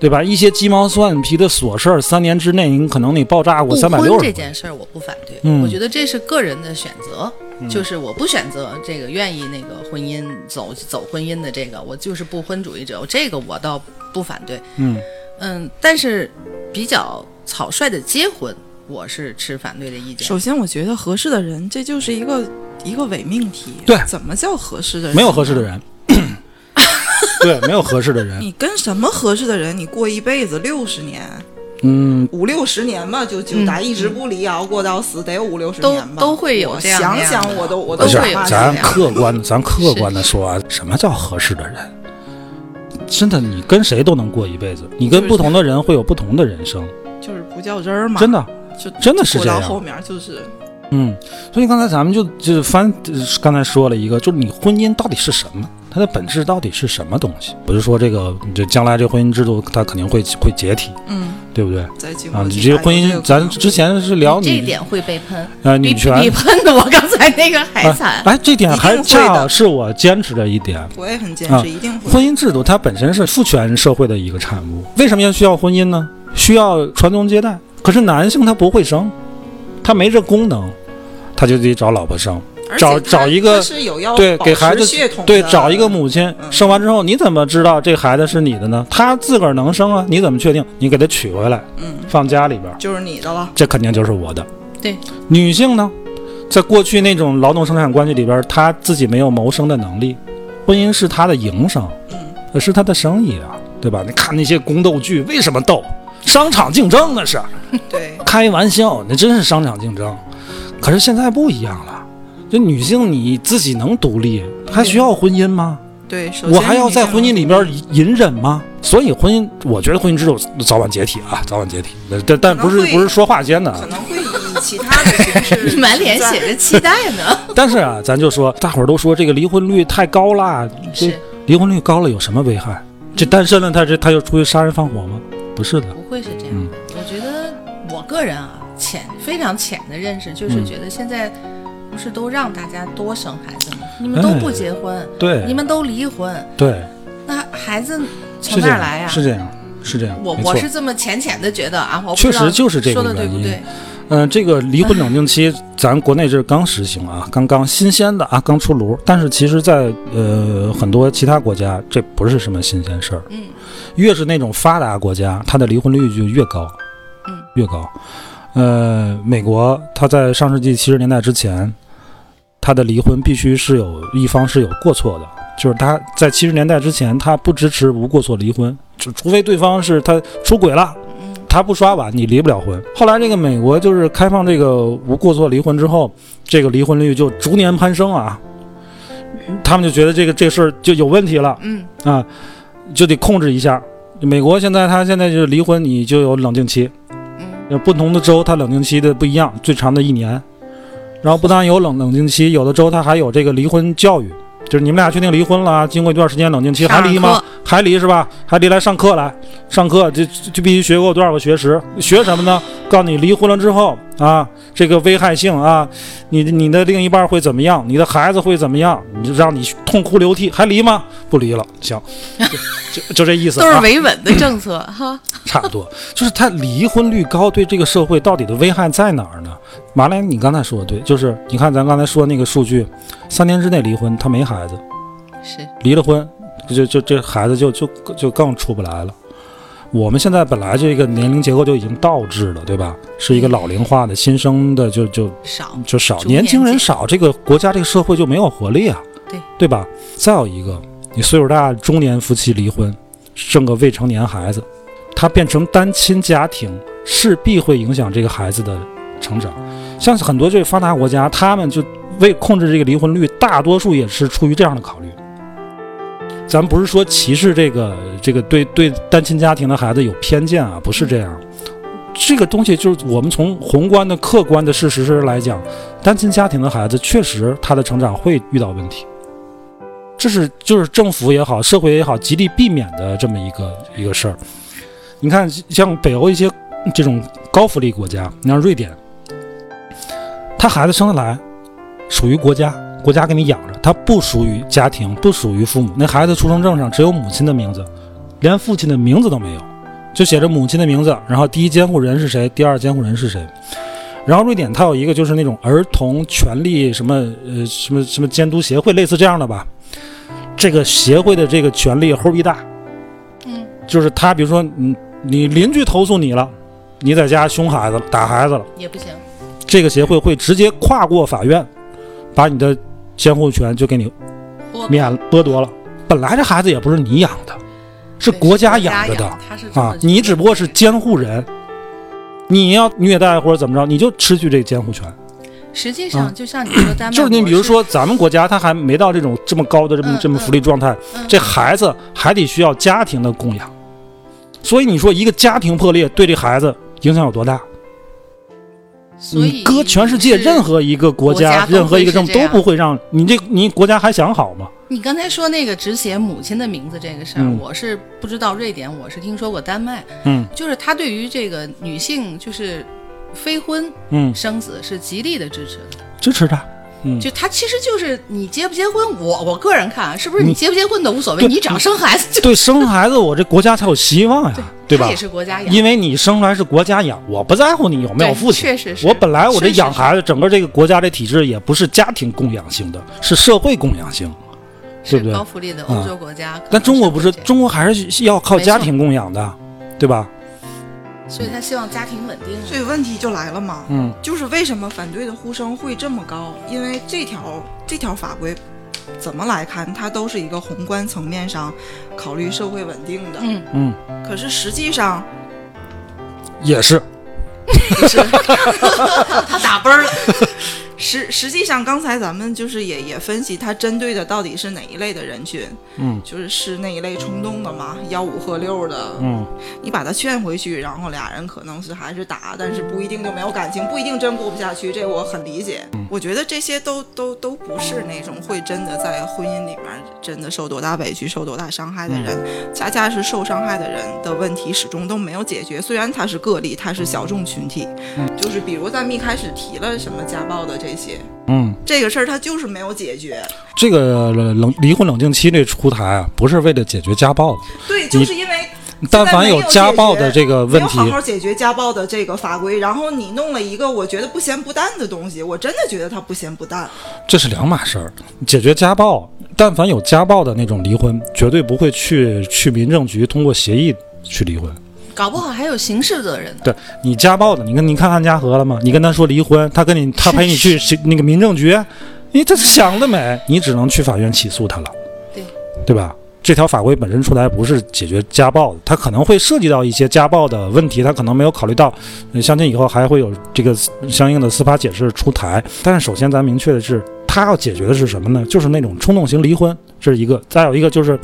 Speaker 1: 对吧？一些鸡毛蒜皮的琐事儿，三年之内你可能你爆炸过
Speaker 2: 不
Speaker 1: 三百
Speaker 2: 婚
Speaker 1: 六
Speaker 2: 这
Speaker 1: 十，
Speaker 2: 件事儿我不反对，
Speaker 1: 嗯
Speaker 2: 我觉得这是个人的选择，就是我不选择这个愿意那个婚姻走走婚姻的这个，我就是不婚主义者，这个我倒不反对。
Speaker 1: 嗯
Speaker 2: 嗯，但是比较草率的结婚，我是持反对的意见。
Speaker 3: 首先，我觉得合适的人，这就是一个一个伪命题。
Speaker 1: 对
Speaker 3: 怎么叫合适的人？
Speaker 1: 没有合适的。 人，对，没有合适的人，
Speaker 3: 你跟什么合适的人，你过一辈子六十年、
Speaker 1: 嗯，
Speaker 3: 五六十年吧，就就
Speaker 2: 嗯
Speaker 3: 咱一直不离，熬过到死，得有五六十
Speaker 2: 都
Speaker 3: 年吧。
Speaker 2: 都会有
Speaker 3: 我
Speaker 2: 这样
Speaker 3: 想
Speaker 2: 那样
Speaker 3: 想
Speaker 2: 的
Speaker 3: 我都我
Speaker 2: 都
Speaker 1: 不
Speaker 3: 都
Speaker 1: 是
Speaker 2: 会有
Speaker 3: 怕
Speaker 2: 这
Speaker 1: 咱
Speaker 2: 样
Speaker 1: 客观，咱客观的说啊，什么叫合适的人？真的，你跟谁都能过一辈子，你跟不同的人会有不同的人生，
Speaker 3: 就是不较真儿嘛，
Speaker 1: 真的，
Speaker 3: 就
Speaker 1: 真的是
Speaker 3: 拖
Speaker 1: 这
Speaker 3: 到
Speaker 1: 样。
Speaker 3: 后面就是
Speaker 1: 嗯，所以刚才咱们就就翻，呃刚才说了一个，就是你婚姻到底是什么？它的本质到底是什么东西？不是说这个，这将来这婚姻制度它肯定会会解体，
Speaker 3: 嗯，
Speaker 1: 对不对？
Speaker 3: 在经
Speaker 1: 啊
Speaker 3: 过，
Speaker 1: 你
Speaker 3: 几
Speaker 1: 这
Speaker 3: 百
Speaker 1: 婚
Speaker 3: 年这
Speaker 1: 姻，
Speaker 3: 个
Speaker 1: 咱
Speaker 3: 过程
Speaker 1: 之前是聊
Speaker 2: 这
Speaker 1: 女
Speaker 2: 点会被喷，
Speaker 1: 呃
Speaker 2: 比
Speaker 1: 女
Speaker 2: 比
Speaker 1: 权，
Speaker 2: 喷的我刚才那个还惨。
Speaker 1: 哎，这点还
Speaker 3: 一定会的
Speaker 1: 恰好是我坚持的一点。
Speaker 3: 我也很坚
Speaker 1: 啊
Speaker 3: 持，一定会
Speaker 1: 婚姻制度它本身是父权社会的一个产物，为什么要需要婚姻呢？需要传宗接代。可是男性他不会生，他没这功能，他就得找老婆生。
Speaker 3: 而且
Speaker 1: 找
Speaker 3: 它
Speaker 1: 找一个
Speaker 3: 它是有要
Speaker 1: 对，
Speaker 3: 保
Speaker 1: 给孩
Speaker 3: 持
Speaker 1: 子
Speaker 3: 血统
Speaker 1: 对
Speaker 3: 的
Speaker 1: 找一个母亲，
Speaker 3: 嗯
Speaker 1: 生完之后你怎么知道这孩子是你的呢？他自个儿能生啊，你怎么确定？你给他娶回来，
Speaker 3: 嗯，
Speaker 1: 放家里边儿，
Speaker 3: 就是你的了，
Speaker 1: 这肯定就是我的。
Speaker 2: 对，
Speaker 1: 女性呢，在过去那种劳动生产关系里边儿，她自己没有谋生的能力，婚姻是她的营生，嗯，是她的生意啊，对吧？你看那些宫斗剧，为什么斗？商场竞争那是。
Speaker 3: 对，
Speaker 1: 开玩笑，那真是商场竞争。可是现在不一样了，就女性你自己能独立，还需要婚姻吗？
Speaker 3: 对，首先
Speaker 1: 我还要
Speaker 3: 你
Speaker 1: 在
Speaker 3: 这样
Speaker 1: 婚姻里边隐忍吗？所以婚姻，我觉得婚姻制度早晚解体啊，早晚解体。但但不是
Speaker 3: 可能会
Speaker 1: 不是说话间的啊
Speaker 3: 可，能会以其他的形 式，
Speaker 2: 满脸写。着期待呢，
Speaker 1: 但是啊，咱就说，大伙儿都说这个离婚率太高啦，这
Speaker 2: 是
Speaker 1: 离婚率高了有什么危害？这单身了他这他就出去杀人放火吗？不是的，
Speaker 2: 不会是这样。
Speaker 1: 嗯
Speaker 2: 我觉得我个人啊，浅非常浅的认识就是
Speaker 1: 嗯
Speaker 2: 觉得现在不是都让大家多生孩子吗？你们都不结婚，你
Speaker 1: 哎对
Speaker 2: 们都离婚，
Speaker 1: 对，
Speaker 2: 那孩子从
Speaker 1: 是这
Speaker 2: 哪儿
Speaker 1: 样，
Speaker 2: 来呀、
Speaker 1: 是这样，是这样。
Speaker 2: 我
Speaker 1: 没
Speaker 2: 我
Speaker 1: 错
Speaker 2: 是这么浅浅的觉得啊，我不
Speaker 1: 确
Speaker 2: 知道
Speaker 1: 实就是这个
Speaker 2: 说的对不
Speaker 1: 原因
Speaker 2: 对？
Speaker 1: 嗯，这个离婚冷静期，咱国内这是刚实行啊，刚刚新鲜的啊，刚出炉。但是其实在，呃很多其他国家，这不是什么新鲜事儿。
Speaker 2: 嗯，
Speaker 1: 越是那种发达国家，它的离婚率就越高，
Speaker 2: 嗯，
Speaker 1: 越高。呃，美国它在上世纪七十年代之前，它的离婚必须是有一方是有过错的，就是他在七十年代之前，他不支持无过错离婚，就除非对方是他出轨了，
Speaker 2: 嗯，
Speaker 1: 他不刷碗，你离不了婚。后来这个美国就是开放这个无过错离婚之后，这个离婚率就逐年攀升啊。他们就觉得这个这事儿就有问题了
Speaker 2: 嗯，
Speaker 1: 啊，就得控制一下。美国现在他现在就是离婚，你就有冷静期，
Speaker 2: 嗯，
Speaker 1: 呃不同的州它冷静期的不一样，最长的一年。然后不但有冷冷静期，有的州它还有这个离婚教育，就是你们俩确定离婚了啊，经过一段时间冷静期还
Speaker 2: 上
Speaker 1: 离吗？还离是吧？还离来上课来，上课就就就必须学够多少个学时？学什么呢？告诉你离婚了之后啊，这个危害性啊，你你的另一半会怎么样？你的孩子会怎么样？你就让你痛哭流涕，还离吗？不离了，行，就就就这意思、啊。
Speaker 2: 都是维稳的 政策哈。
Speaker 1: 差不多，就是他离婚率高，对这个社会到底的危害在哪儿呢？马来，你刚才说的对，就是你看咱刚才说那个数据，三年之内离婚，他没孩子，
Speaker 2: 是，
Speaker 1: 离了婚，就就这孩子就就就更出不来了。我们现在本来这个年龄结构就已经倒置了，对吧？是一个老龄化的，新生的就就
Speaker 2: 少，
Speaker 1: 就少，
Speaker 2: 逐嗯年
Speaker 1: 年轻人
Speaker 2: 减
Speaker 1: 少，这个国家这个社会就没有活力啊，
Speaker 2: 对
Speaker 1: 对吧？再有一个，你岁数大，中年夫妻离婚，生个未成年孩子，他变成单亲家庭，势必会影响这个孩子的成长。像很多这个发达国家，他们就为控制这个离婚率，大多数也是出于这样的考虑。咱不是说歧视这个这个对对单亲家庭的孩子有偏见啊，不是这样。
Speaker 2: 嗯
Speaker 1: 这个东西就是我们从宏观的、客观的事实是来讲，单亲家庭的孩子确实他的成长会遇到问题，这是就是政府也好，社会也好，极力避免的这么一个一个事儿。你看，像北欧一些这种高福利国家，你像瑞典，他孩子生得来，属于国家，国家给你养着，他不属于家庭，不属于父母。那孩子出生证上只有母亲的名字，连父亲的名字都没有，就写着母亲的名字，然后第一监护人是谁，第二监护人是谁。然后瑞典它有一个就是那种儿童权利什么呃什么什么监督协会，类似这样的吧。这个协会的这个权力齁逼大，
Speaker 2: 嗯，
Speaker 1: 就是他比如说你你邻居投诉你了，你在家凶孩子了，打孩子了。
Speaker 2: 也不行，
Speaker 1: 嗯这个协会会直接跨过法院，把你的监护权就给你
Speaker 2: 我
Speaker 1: 免剥夺了。本来这孩子也不是你养的，是国家养着的
Speaker 2: 他是这么
Speaker 1: 啊
Speaker 2: 觉，得
Speaker 1: 你只不过是
Speaker 2: 的
Speaker 1: 监护人。你要虐待或者怎么着，你就失去这个监护权。
Speaker 2: 实际上就像你说丹麦
Speaker 1: 嗯
Speaker 2: 模式，
Speaker 1: 就是你比如说，咱们国家他还没到这种这么高的这么
Speaker 2: 嗯
Speaker 1: 这么
Speaker 2: 嗯
Speaker 1: 福利状态，
Speaker 2: 嗯，
Speaker 1: 这孩子还得需要家庭的供养，所以你说一个家庭破裂对这孩子影响有多大？
Speaker 2: 所以
Speaker 1: 你搁全世界
Speaker 2: 是
Speaker 1: 任何一个国
Speaker 2: 国家
Speaker 1: 家、
Speaker 2: 都
Speaker 1: 任何一个
Speaker 2: 会是
Speaker 1: 政府
Speaker 2: 这
Speaker 1: 都
Speaker 2: 样
Speaker 1: 不会让你这你国家还想好吗？
Speaker 2: 你刚才说那个只写母亲的名字这个事儿，
Speaker 1: 嗯
Speaker 2: 我是不知道瑞典，我是听说过丹麦，
Speaker 1: 嗯
Speaker 2: 就是他对于这个女性就是非婚
Speaker 1: 嗯，
Speaker 2: 生子是极力的支持的，
Speaker 1: 支持他。嗯，
Speaker 2: 就他其实就是你结不结婚，我我个人看啊，是不是你
Speaker 1: 你
Speaker 2: 结不结婚都无所谓，
Speaker 1: 对
Speaker 2: 你只要生孩子就
Speaker 1: 对，生孩子我这国家才有希望呀，对
Speaker 2: 他
Speaker 1: 吧
Speaker 2: 也？是国家养，
Speaker 1: 因为你生出来是国家养，我不在乎你有没有
Speaker 2: 对
Speaker 1: 父亲。
Speaker 2: 确实是
Speaker 1: 我本来我这
Speaker 2: 是是
Speaker 1: 养
Speaker 2: 是
Speaker 1: 孩子，整个这个国家这体制也不是家庭供养型的，是社会供养型。对不
Speaker 2: 是
Speaker 1: 对嗯
Speaker 2: 高福利的欧洲国家，可能
Speaker 1: 但中国不是，
Speaker 2: 这样
Speaker 1: 中国还是要靠
Speaker 2: 没错
Speaker 1: 家庭供养的，对吧？
Speaker 2: 所以他希望家庭稳定啊。
Speaker 3: 所以问题就来了嘛，
Speaker 1: 嗯，
Speaker 3: 就是为什么反对的呼声会这么高？因为这条这条法规怎么来看，它都是一个宏观层面上考虑社会稳定的。
Speaker 2: 嗯，
Speaker 3: 可是实际上，
Speaker 1: 也是，
Speaker 2: 他打啵儿了，
Speaker 3: 实实际上刚才咱们就是也也分析，它针对的到底是哪一类的人群？
Speaker 1: 嗯
Speaker 3: 就是是那一类冲动的嘛，吆五喝六的，
Speaker 1: 嗯，
Speaker 3: 你把他劝回去，然后俩人可能是还是打，但是不一定就没有感情，不一定真过不下去，这我很理解。
Speaker 1: 嗯
Speaker 3: 我觉得这些都都都不是那种会真的在婚姻里面真的受多大委屈、受多大伤害的人，
Speaker 1: 嗯
Speaker 3: 恰恰是受伤害的人的问题始终都没有解决。虽然他是个例，他是小众群体，就是比如咱们一开始提了什么家暴的这些，
Speaker 1: 嗯，
Speaker 3: 这个事儿他就是没有解决。
Speaker 1: 这个冷离婚冷静期这出台啊，不是为了解决家暴的，
Speaker 3: 对，就是因为
Speaker 1: 但凡家暴的这个问题
Speaker 3: 没有，好好解决家暴的这个法规，然后你弄了一个我觉得不咸不淡的东西，我真的觉得它不咸不淡。
Speaker 1: 这是两码事儿。解决家暴，但凡有家暴的那种离婚，绝对不会去去民政局通过协议去离婚。
Speaker 2: 搞不好还有刑事责任呢。
Speaker 1: 对你家暴的，你跟你看安家和了吗？你跟他说离婚，他跟你他陪你去谁那个民政局，你这是想得美，你只能去法院起诉他了，
Speaker 2: 对
Speaker 1: 对吧？这条法规本身出台不是解决家暴的，它可能会涉及到一些家暴的问题，它可能没有考虑到，呃相信以后还会有这个相应的司法解释出台。但是首先咱明确的是，它要解决的是什么呢？就是那种冲动型离婚，这是一个；再有一个就是，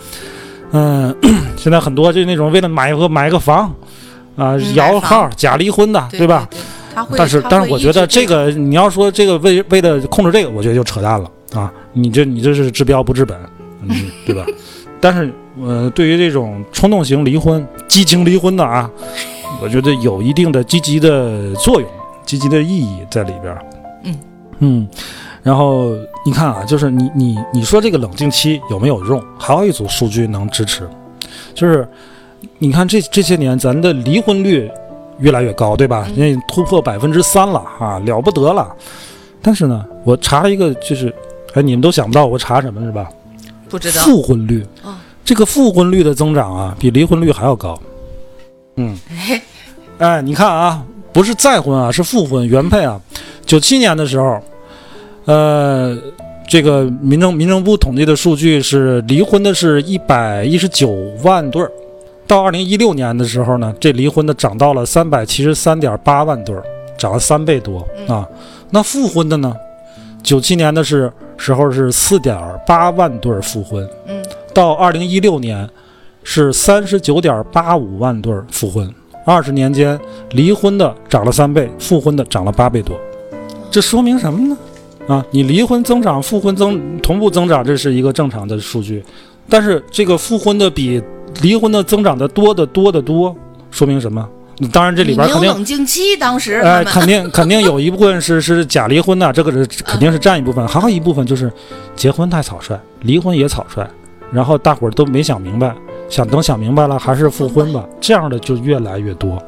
Speaker 1: 嗯、 现在很多就那种为了买个买个房啊、
Speaker 2: 嗯
Speaker 1: 摇
Speaker 2: 买房
Speaker 1: 号假离婚的，
Speaker 2: 对
Speaker 1: 吧？？
Speaker 2: 对他会，
Speaker 1: 但是
Speaker 2: 他，会
Speaker 1: 但是我觉得
Speaker 2: 抑制
Speaker 1: 这个，你要说这个为为了控制这个，我觉得就扯淡了啊！你这你这是治标不治本，嗯，对吧？ 但是，呃，对于这种冲动型离婚、激情离婚的啊，我觉得有一定的积极的作用、积极的意义在里边儿。
Speaker 2: 嗯
Speaker 1: 嗯，然后你看啊，就是你你你说这个冷静期有没有用？还有一组数据能支持，就是你看这这些年咱的离婚率越来越高，对吧？
Speaker 2: 嗯
Speaker 1: 那突破百分之三了啊，了不得了。但是呢，我查了一个，就是哎，你们都想不到我查什么是吧？
Speaker 2: 不知道
Speaker 1: 复婚率
Speaker 2: 哦，
Speaker 1: 这个复婚率的增长啊，比离婚率还要高。嗯，
Speaker 2: 哎
Speaker 1: 哎，你看啊，不是再婚啊，是复婚原配啊。九七年的时候，呃，这个民政民政部统计的数据是离婚的是一百一十九万对儿，到二零一六年的时候呢，这离婚的涨到了三百七十三点八万对儿，涨了三倍多
Speaker 2: 嗯
Speaker 1: 啊。那复婚的呢，九七年的是时候是四点八万对儿复婚，
Speaker 2: 嗯，
Speaker 1: 到二零一六年是三十九点八五万对儿复婚，二十年间离婚的涨了三倍，复婚的涨了八倍多，这说明什么呢？啊，你离婚增长，复婚增同步增长，这是一个正常的数据，但是这个复婚的比离婚的增长的多得多得多，说明什么？当然这里边
Speaker 2: 你
Speaker 1: 肯
Speaker 2: 没
Speaker 1: 定
Speaker 2: 有冷静期，当时
Speaker 1: 哎，
Speaker 2: 他们
Speaker 1: 肯 定肯定有一部分是是假离婚的，这个是肯定是占一部分，还有一部分就是结婚太草率，离婚也草率，然后大伙儿都没想明白，想等想明白了还是复婚吧，这样的就越来越多。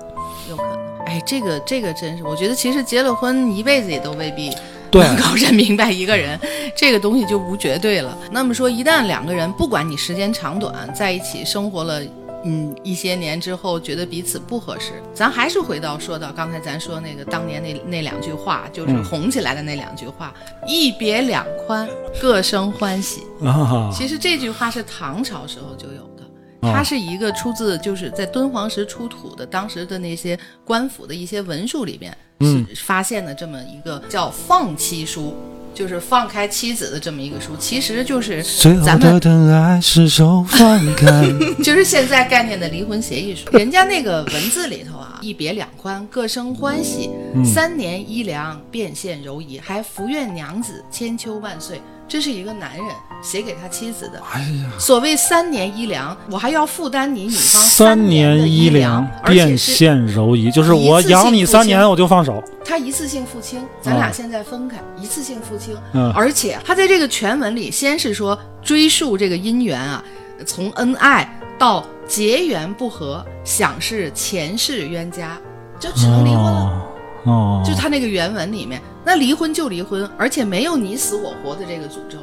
Speaker 2: 有可能。哎，这个这个真是，我觉得其实结了婚一辈子也都未必
Speaker 1: 对，
Speaker 2: 能够认明白一个人， 这个东西就无绝对了。那么说，一旦两个人不管你时间长短，在一起生活了。嗯，一些年之后觉得彼此不合适，咱还是回到说到刚才咱说那个当年那那两句话，就是
Speaker 1: 嗯
Speaker 2: 红起来的那两句话：一别两宽，各生欢喜。
Speaker 1: 啊，
Speaker 2: 其实这句话是唐朝时候就有的，
Speaker 1: 哦
Speaker 2: 它是一个出自就是在敦煌时出土的当时的那些官府的一些文书里面，
Speaker 1: 嗯
Speaker 2: 是发现的这么一个叫放妻书，就是放开妻子的这么一个书，其实就是
Speaker 4: 最后
Speaker 2: 咱们
Speaker 4: 的疼爱是手放开，
Speaker 2: 就是现在概念的离婚协议书。人家那个文字里头啊，一别两宽，各生欢喜，三年一两，变现柔夷，还福愿娘子千秋万岁。这是一个男人写给他妻子的。
Speaker 4: 哎呀，
Speaker 2: 所谓三年一粮，我还要负担你女方
Speaker 1: 三
Speaker 2: 年的
Speaker 1: 年
Speaker 2: 医
Speaker 1: 两
Speaker 2: 而且
Speaker 1: 变
Speaker 2: 是
Speaker 1: 现柔夷，就是
Speaker 2: 一
Speaker 1: 我
Speaker 2: 次
Speaker 1: 养
Speaker 2: 性
Speaker 1: 你
Speaker 2: 付
Speaker 1: 三
Speaker 2: 清
Speaker 1: 年我就放手。
Speaker 2: 他一次性付清，咱俩
Speaker 1: 哦
Speaker 2: 现在分开，一次性付清。
Speaker 1: 嗯
Speaker 2: 而且他在这个全文里，先是说追溯这个姻缘啊，从恩爱到结缘不和，想是前世冤家，就只能离婚了。
Speaker 1: 哦哦，
Speaker 2: 就他那个原文里面，那离婚就离婚，而且没有你死我活的这个诅咒，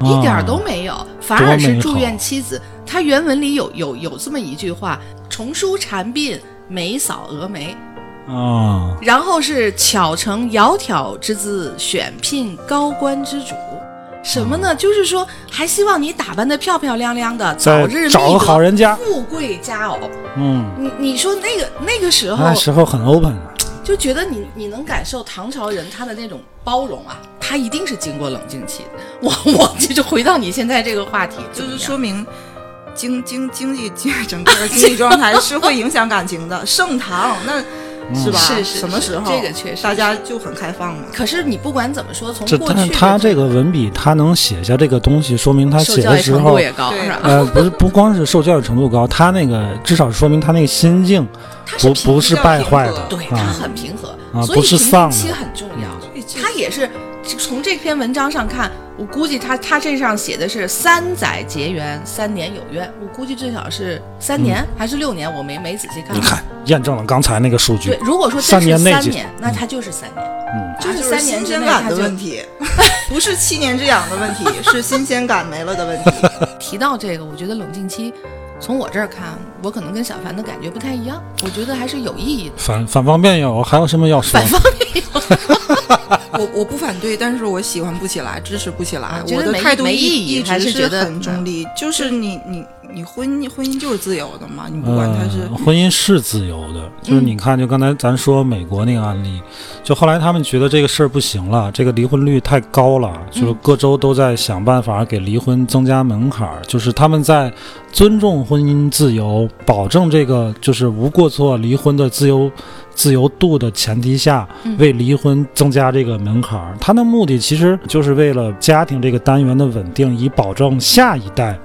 Speaker 1: 哦
Speaker 2: 一点儿都没有，反而是祝愿妻子。他原文里有有有这么一句话：重梳蝉鬓，眉扫蛾眉。
Speaker 1: 啊。
Speaker 2: 然后是巧成窈窕之姿，选聘高官之主。什么
Speaker 1: 哦
Speaker 2: 呢？就是说，还希望你打扮得漂漂亮亮的，
Speaker 1: 再
Speaker 2: 早日
Speaker 1: 找个
Speaker 2: 觅得
Speaker 1: 好人家
Speaker 2: 富贵佳偶。
Speaker 1: 嗯，
Speaker 2: 你你说那个那个时候，
Speaker 1: 那时候很 open 啊
Speaker 2: 就觉得你你能感受唐朝人他的那种包容啊，他一定是经过冷静期的。 我我就是回到你现在这个话题，怎
Speaker 3: 就
Speaker 2: 么
Speaker 3: 是
Speaker 2: 样
Speaker 3: 说明经经经济经整个的经济状态是会影响感情的。盛唐那
Speaker 1: 嗯
Speaker 3: 是吧？
Speaker 2: 是是
Speaker 3: 什么
Speaker 2: 是
Speaker 3: 时候
Speaker 2: 这个确实
Speaker 3: 大家
Speaker 2: 是
Speaker 3: 就很开放嘛。
Speaker 2: 可是你不管怎么说，从
Speaker 1: 这
Speaker 2: 过
Speaker 1: 但
Speaker 2: 去
Speaker 1: 他
Speaker 2: 的
Speaker 1: 这个文笔，他能写下这个东西，说明他
Speaker 2: 受
Speaker 1: 写
Speaker 2: 教
Speaker 1: 的
Speaker 2: 育
Speaker 1: 时
Speaker 2: 程
Speaker 1: 候
Speaker 2: 度，也高，
Speaker 3: 对
Speaker 2: 是吧？
Speaker 1: 呃，不是不光是受教育程度高，他那个至少说明他那个心境
Speaker 2: 他是
Speaker 1: 不
Speaker 2: 平
Speaker 1: 不是
Speaker 3: 较
Speaker 1: 败
Speaker 3: 平
Speaker 1: 坏
Speaker 3: 和
Speaker 1: 的
Speaker 2: 对他
Speaker 1: 啊，
Speaker 2: 很平和，
Speaker 1: 啊
Speaker 2: 所以
Speaker 1: 不是
Speaker 2: 平
Speaker 1: 丧
Speaker 2: 衡期
Speaker 1: 的嗯
Speaker 2: 很重要。
Speaker 3: 所以这
Speaker 2: 他也是从这篇文章上看，我估计他他这上写的是三载结缘，三年有约，我估计至少是三年、还是六年，我没没仔细
Speaker 1: 嗯
Speaker 2: 看。
Speaker 1: 你看验证了刚才那个数据
Speaker 2: 对，，如果说真
Speaker 1: 三
Speaker 2: 是
Speaker 1: 年内
Speaker 2: 三
Speaker 1: 结
Speaker 2: 年，那他就是三年，
Speaker 1: 嗯，
Speaker 2: 就是
Speaker 3: 是
Speaker 2: 三年
Speaker 3: 新
Speaker 2: 之
Speaker 3: 鲜
Speaker 2: 内
Speaker 3: 感
Speaker 2: 他
Speaker 3: 的
Speaker 2: 就
Speaker 3: 问题， 不是七年之痒的问题，是新鲜感没了的问题。
Speaker 2: 提到这个，我觉得冷静期，从我这儿看，我可能跟小凡的感觉不太一样，我觉得还是有意义的。
Speaker 1: 反反方辩友还有什么要说
Speaker 2: 反？方
Speaker 3: 我我不反对，但是我喜欢不起来，支持不起来
Speaker 2: 啊。觉
Speaker 3: 我
Speaker 2: 得
Speaker 3: 的
Speaker 2: 没
Speaker 3: 态度
Speaker 2: 没
Speaker 3: 一
Speaker 2: 意义
Speaker 3: 一
Speaker 2: 还是
Speaker 3: 直
Speaker 2: 觉得嗯
Speaker 3: 很中立，就是你你你婚姻婚姻就是自由的嘛，你不管它是嗯
Speaker 1: 呃，婚姻是自由的，就是你看，就刚才咱说美国那个案例，就后来他们觉得这个事儿不行了，这个离婚率太高了，就是各州都在想办法给离婚增加门槛儿，就是他们在尊重婚姻自由，保证这个就是无过错离婚的自由自由度的前提下，为离婚增加这个门槛儿。他的目的其实就是为了家庭这个单元的稳定，以保证下一代。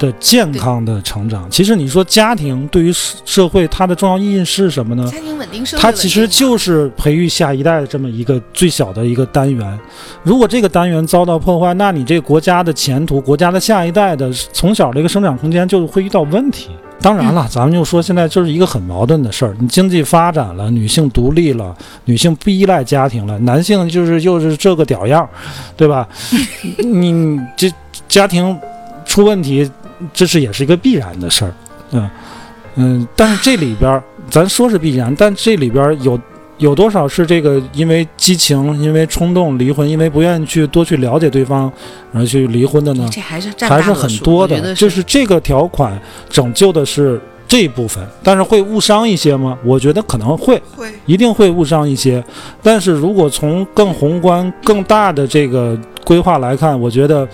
Speaker 1: 的健康的成长，其实你说家庭对于社社会它的重要意义是什么呢？
Speaker 2: 家庭稳定，社会
Speaker 1: 它
Speaker 2: 稳定
Speaker 1: 其实就是培育下一代的这么一个最小的一个单元。如果这个单元遭到破坏，那你这个国家的前途、国家的下一代的从小这个生长空间就会遇到问题。当然
Speaker 2: 嗯
Speaker 1: 了，咱们就说现在就是一个很矛盾的事儿，你经济发展了，女性独立了，女性不依赖家庭了，男性就是又是这个屌样儿，对吧？ 你你这家庭出问题，这是也是一个必然的事儿，嗯嗯，但是这里边儿咱说是必然，但这里边儿有有多少是这个因为激情、因为冲动离婚，因为不愿意去多去了解对方而去离婚的呢？
Speaker 2: 这还是占
Speaker 1: 还
Speaker 2: 大
Speaker 1: 是
Speaker 2: 多
Speaker 1: 很
Speaker 2: 数
Speaker 1: 多
Speaker 2: 我觉
Speaker 1: 的，
Speaker 2: 得
Speaker 1: 就是这个条款拯救的是这一部分，但是会误伤一些吗？我觉得可能会，
Speaker 3: 会
Speaker 1: 一定会误伤一些。但是如果从更宏观、更大的这个规划来看，我觉得，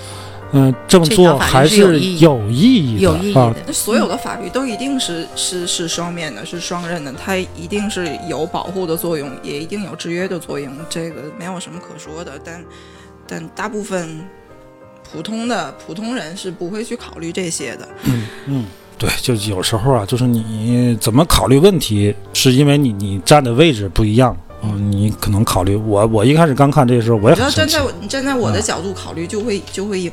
Speaker 1: 嗯、这么
Speaker 2: 这
Speaker 1: 做
Speaker 2: 条法律
Speaker 1: 还
Speaker 2: 是
Speaker 1: 是
Speaker 2: 有意义
Speaker 1: 有意义的，
Speaker 2: 有意义
Speaker 1: 啊
Speaker 2: 的。。
Speaker 3: 那所
Speaker 2: 嗯
Speaker 3: 有的法律都一定是是是双面的，是双刃的，它一定是有保护的作用，也一定有制约的作用，这个没有什么可说的。但但大部分普通的普通人是不会去考虑这些的。
Speaker 1: 对，就是有时候啊，就是你怎么考虑问题，是因为你你站的位置不一样，嗯，你可能考虑我我一开始刚看这个时候我也
Speaker 3: 你要
Speaker 1: 很生
Speaker 3: 站
Speaker 1: 气嗯
Speaker 3: 在，我你站在我的角度考虑，就会就会影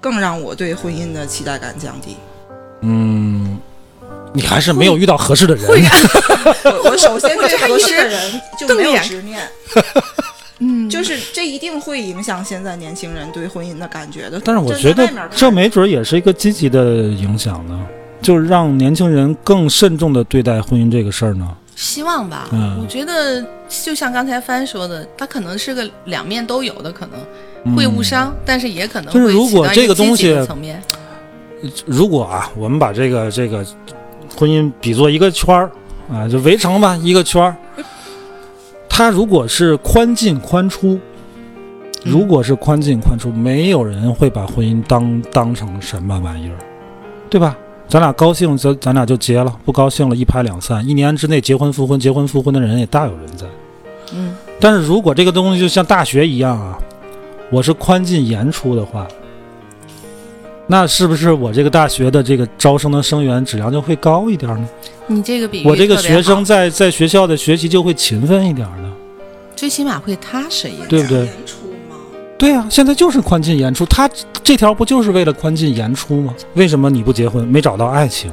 Speaker 3: 更让我对婚姻的期待感降低。
Speaker 1: 嗯，你还是没有遇到合适的人，
Speaker 3: 我我首先对合适的人就没
Speaker 2: 瞪
Speaker 3: 有
Speaker 2: 眼
Speaker 3: 执念，
Speaker 2: 嗯，
Speaker 3: 就是这一定会影响现在年轻人对婚姻的感觉的。
Speaker 1: 但是我觉得
Speaker 3: 站在外面看
Speaker 1: 这没准也是一个积极的影响呢，就是让年轻人更慎重的对待婚姻这个事儿呢。
Speaker 2: 希望吧。
Speaker 1: 嗯
Speaker 2: 我觉得就像刚才帆说的，它可能是个两面都有的，可能会误伤，但是也可能
Speaker 1: 嗯就是
Speaker 2: 会
Speaker 1: 如
Speaker 2: 起到
Speaker 1: 果
Speaker 2: 一
Speaker 1: 这个
Speaker 2: 积
Speaker 1: 东
Speaker 2: 极的
Speaker 1: 西
Speaker 2: 层面，
Speaker 1: 如果啊，我们把这个这个婚姻比作一个圈儿啊，就围城吧，一个圈儿。它如果是宽进宽出，如果是宽进宽出，没有人会把婚姻当当成什么玩意儿，对吧？咱俩高兴，咱咱俩就结了；不高兴了，一拍两散。一年之内结婚复婚，结婚复婚的人也大有人在。
Speaker 2: 嗯，
Speaker 1: 但是如果这个东西就像大学一样啊，我是宽进严出的话，那是不是我这个大学的这个招生的生源质量就会高一点呢？
Speaker 2: 你这个比喻
Speaker 1: 我这个
Speaker 2: 特别好
Speaker 1: 学生在在学校的学习就会勤奋一点呢？
Speaker 2: 最起码会踏实一点。
Speaker 1: 对不对
Speaker 3: 演出吗？
Speaker 1: 对啊，现在就是宽进严出，他这条不就是为了宽进严出吗？为什么你不结婚，没找到爱情，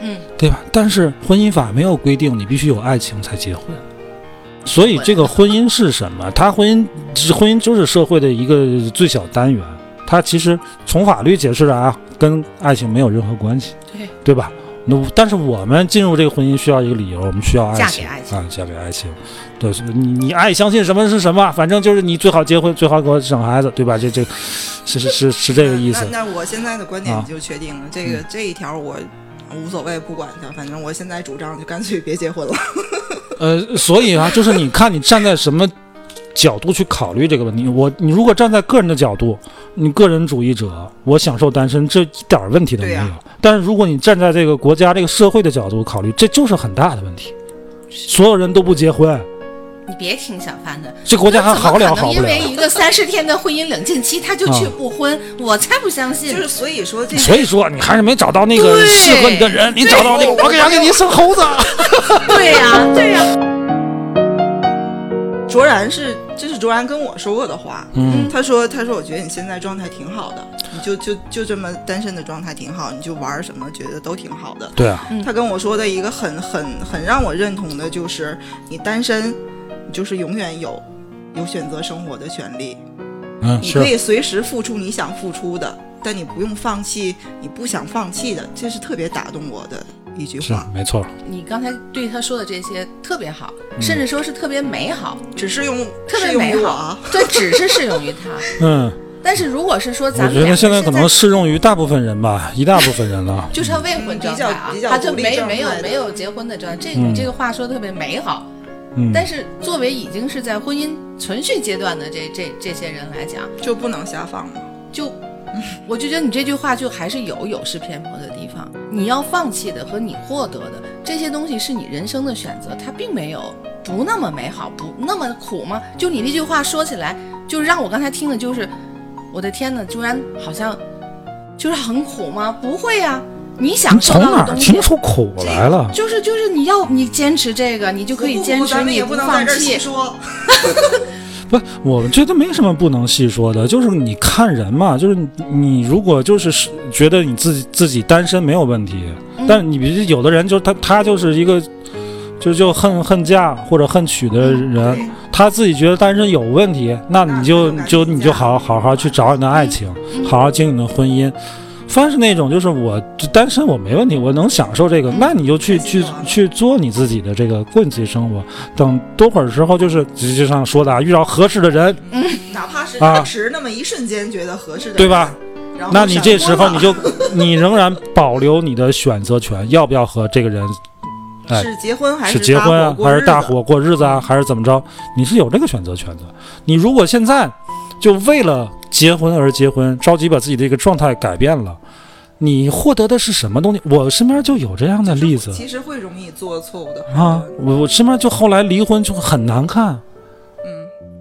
Speaker 2: 嗯，
Speaker 1: 对吧？但是婚姻法没有规定你必须有爱情才结婚，所以这个婚姻是什么？它婚姻，只婚姻就是社会的一个最小单元，它其实从法律解释的啊，跟爱情没有任何关系，
Speaker 2: 对
Speaker 1: 对吧？那但是我们进入这个婚姻需要一个理由，我们需要爱情，
Speaker 2: 嫁给爱情
Speaker 1: 啊，嫁给爱情，对，你你爱相信什么是什么，反正就是你最好结婚，最好给我生孩子，对吧？这这，是是是是这个意思。
Speaker 3: 那那我现在的观点
Speaker 1: 啊
Speaker 3: 就确定了，这个这一条我无所谓，不管它，反正我现在主张就干脆别结婚了。
Speaker 1: 呃，所以啊，就是你看你站在什么角度去考虑这个问题。我，你如果站在个人的角度，你个人主义者，我享受单身，这一点儿问题都没有。
Speaker 3: 对呀
Speaker 1: 但是如果你站在这个国家、这个社会的角度考虑，这就是很大的问题。所有人都不结婚，
Speaker 2: 你别听小帆的，
Speaker 1: 这国家还好了
Speaker 2: 那怎么
Speaker 1: 好
Speaker 2: 可
Speaker 1: 不
Speaker 2: 能因
Speaker 1: 了？
Speaker 2: 为一个三十天的婚姻冷静期，他就去
Speaker 1: 啊
Speaker 2: 不婚，我才不相信
Speaker 3: 就。是所以说这
Speaker 1: 所以说你还是没找到那个
Speaker 2: 对
Speaker 1: 适合你的人，你找到那个，我给他给你生猴子。
Speaker 2: 对呀、对呀、
Speaker 3: 卓然是，这是卓然跟我说过的话。
Speaker 1: 嗯，
Speaker 3: 他说：“他说，我觉得你现在状态挺好的，你就就就这么单身的状态挺好，你就玩什么觉得都挺好的。嗯
Speaker 1: 对啊，
Speaker 3: 他跟我说的一个很很很让我认同的就是，你单身，你就是永远有有选择生活的权利，
Speaker 1: 嗯
Speaker 3: 你可
Speaker 1: 是
Speaker 3: 以随时付出你想付出的，但你不用放弃你不想放弃的，这是特别打动我的一句
Speaker 1: 是
Speaker 3: 话。
Speaker 1: 没错，
Speaker 2: 你刚才对他说的这些特别好，
Speaker 1: 嗯
Speaker 2: 甚至说是特别美好，
Speaker 3: 只是用
Speaker 2: 特别
Speaker 3: 适用于
Speaker 2: 美
Speaker 3: 我
Speaker 2: 好
Speaker 3: 啊，。
Speaker 2: 对，只是适用于他。
Speaker 1: 嗯，
Speaker 2: 但是如果是说咱
Speaker 1: 我
Speaker 2: 们
Speaker 1: 觉
Speaker 2: 两
Speaker 1: 得
Speaker 2: 个
Speaker 1: 现在
Speaker 2: 在
Speaker 1: 可能适用于大部分人吧，一大部分人了。
Speaker 2: 就是他未婚状态啊
Speaker 3: 嗯比，较
Speaker 2: 他就
Speaker 3: 比
Speaker 2: 没
Speaker 3: 较独立
Speaker 2: 没有
Speaker 3: 状态的
Speaker 2: 没有结婚的状态。这
Speaker 1: 嗯
Speaker 2: 你这个话说的特别美好，
Speaker 1: 嗯，
Speaker 2: 但是作为已经是在婚姻存续阶段的这这这些人来讲，
Speaker 3: 就不能瞎放吗？
Speaker 2: 就，我就觉得你这句话就还是有有失偏颇的地方。你要放弃的和你获得的这些东西是你人生的选择，它并没有不那么美好，不那么苦吗？就你那句话说起来，就让我刚才听的就是，我的天呐，居然好像就是很苦吗？不会呀、你
Speaker 1: 你
Speaker 2: 享受
Speaker 1: 从
Speaker 2: 到
Speaker 1: 哪
Speaker 2: 的
Speaker 1: 儿
Speaker 2: 东
Speaker 1: 听
Speaker 2: 西。
Speaker 1: 出苦来了？
Speaker 2: 就是就是你要你坚持这个，你就可以
Speaker 3: 不不
Speaker 2: 坚
Speaker 3: 不
Speaker 2: 持，
Speaker 3: 咱们
Speaker 2: 你
Speaker 3: 也不能在
Speaker 2: 放
Speaker 3: 这儿
Speaker 2: 弃
Speaker 3: 细。说。
Speaker 1: 不，我觉得没什么不能细说的，就是你看人嘛，就是你你如果就是是觉得你自己自己单身没有问题，
Speaker 2: 嗯
Speaker 1: 但你比如有的人就是他他就是一个就就恨恨嫁或者恨娶的
Speaker 2: 嗯
Speaker 1: 人，
Speaker 3: 对
Speaker 1: 他自己觉得单身有问题，那你就
Speaker 3: 那
Speaker 1: 就
Speaker 3: 就赶紧
Speaker 1: 你就
Speaker 3: 嫁
Speaker 1: 好好好去找你的爱情，好好经营你的婚姻。凡是那种就是我单身我没问题，我能享受
Speaker 3: 嗯
Speaker 1: 这个，那你就去
Speaker 3: 开
Speaker 1: 去
Speaker 3: 心就好
Speaker 1: 去做你自己的这个过你自己生活。等多会儿之后，就是就就像说的啊，遇到合适的人，
Speaker 3: 哪怕是
Speaker 1: 啊
Speaker 3: 当时那么一瞬间觉得合适的，
Speaker 1: 对吧？
Speaker 3: 然后
Speaker 1: 那你这时候
Speaker 3: 闪
Speaker 1: 你
Speaker 3: 婚
Speaker 1: 就你仍然保留你的选择权，要不要和这个人哎
Speaker 3: 了是结婚还
Speaker 1: 是结婚
Speaker 3: 搭
Speaker 1: 啊
Speaker 3: 伙，过
Speaker 1: 还是
Speaker 3: 日
Speaker 1: 大
Speaker 3: 子嗯
Speaker 1: 伙过日子啊，还是怎么着？你是有这个选择权的。你如果现在就为了结婚而结婚，着急把自己的一个状态改变了，你获得的是什么东西？我身边就有这样的例子
Speaker 3: 其实会容易做错误的判
Speaker 1: 啊
Speaker 3: 断，
Speaker 1: 我我身边就后来离婚就很难看，
Speaker 3: 嗯，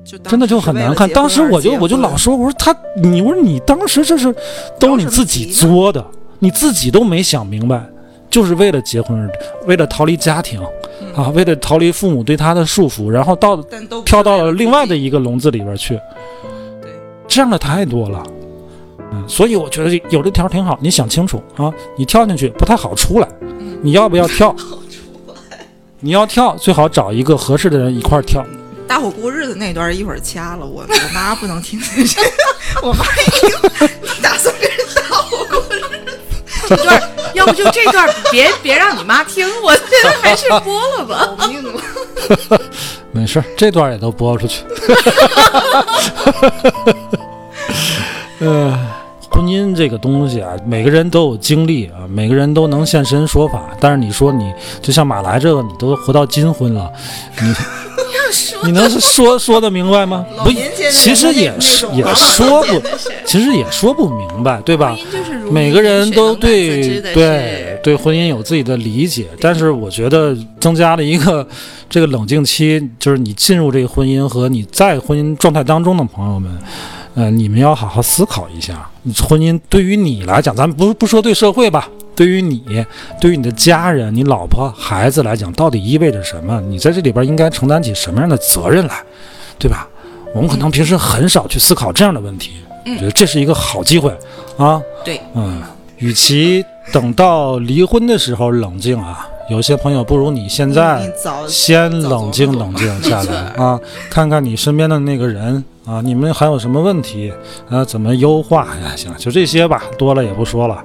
Speaker 3: 就当
Speaker 1: 真的
Speaker 3: 时
Speaker 1: 就是很
Speaker 3: 为
Speaker 1: 难
Speaker 3: 了
Speaker 1: 看。
Speaker 3: 结
Speaker 1: 当
Speaker 3: 婚
Speaker 1: 时
Speaker 3: 而
Speaker 1: 我就
Speaker 3: 结
Speaker 1: 我就
Speaker 3: 婚
Speaker 1: 老说，我说他，你我说你当时这是都是你自己作的，你自己都没想明白，就是为了结婚而，为了逃离家庭
Speaker 3: 嗯
Speaker 1: 啊，为了逃离父母对他的束缚，然后到
Speaker 3: 但都不
Speaker 1: 跳
Speaker 3: 是
Speaker 1: 到
Speaker 3: 为
Speaker 1: 了
Speaker 3: 自
Speaker 1: 另外的
Speaker 3: 己
Speaker 1: 一个笼子里边去。
Speaker 3: 对，
Speaker 1: 这样的太多了。嗯，所以我觉得有这条挺好，你想清楚啊，你跳进去不太好出来，
Speaker 3: 嗯
Speaker 1: 你要不要跳？你要跳，最好找一个合适的人一块儿跳。
Speaker 3: 大伙过日子那段，一会儿掐了我，我妈不能听见这，我妈已经 打算跟人大伙过日子。
Speaker 2: 这段儿，要不就这段儿别别让你妈听，我觉得还是播了吧。
Speaker 1: 没事儿，这段也都 播出去。呃，婚姻这个东西啊，每个人都有经历啊，每个人都能现身说法。但是你说你就像马来这个，你都活到金婚了，你你能说说得明白吗？不，其实也是也说不，其实也说不明白，对吧？
Speaker 2: 就是如
Speaker 1: 每个人都对对
Speaker 2: 对
Speaker 1: 对婚姻有自己的理解，但是我觉得增加了一个这个冷静期，就是你进入这个婚姻和你在婚姻状态当中的朋友们，呃，你们要好好思考一下，你婚姻对于你来讲，咱们不不说对社会吧，对于你，对于你的家人、你老婆、孩子来讲，到底意味着什么？你在这里边应该承担起什么样的责任来，对吧？我们可能平时很少去思考这样的问题，我觉得这是一个好机会啊。
Speaker 2: 对，
Speaker 1: 嗯，与其等到离婚的时候冷静啊，有些朋友不如你现在
Speaker 3: 你早
Speaker 1: 先冷静冷静下来啊，看看你身边的那个人啊，你们还有什么问题啊？怎么优化呀？行，就这些吧，多了也不说了。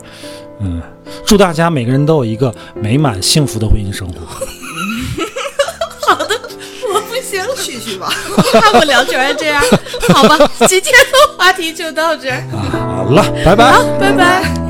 Speaker 1: 嗯，祝大家每个人都有一个美满幸福的婚姻生活。
Speaker 2: 我不行，
Speaker 3: 去去吧。
Speaker 2: 看我聊居然这样，好吧，今天的话题就到这儿，
Speaker 1: 好了，拜拜。
Speaker 2: 拜拜。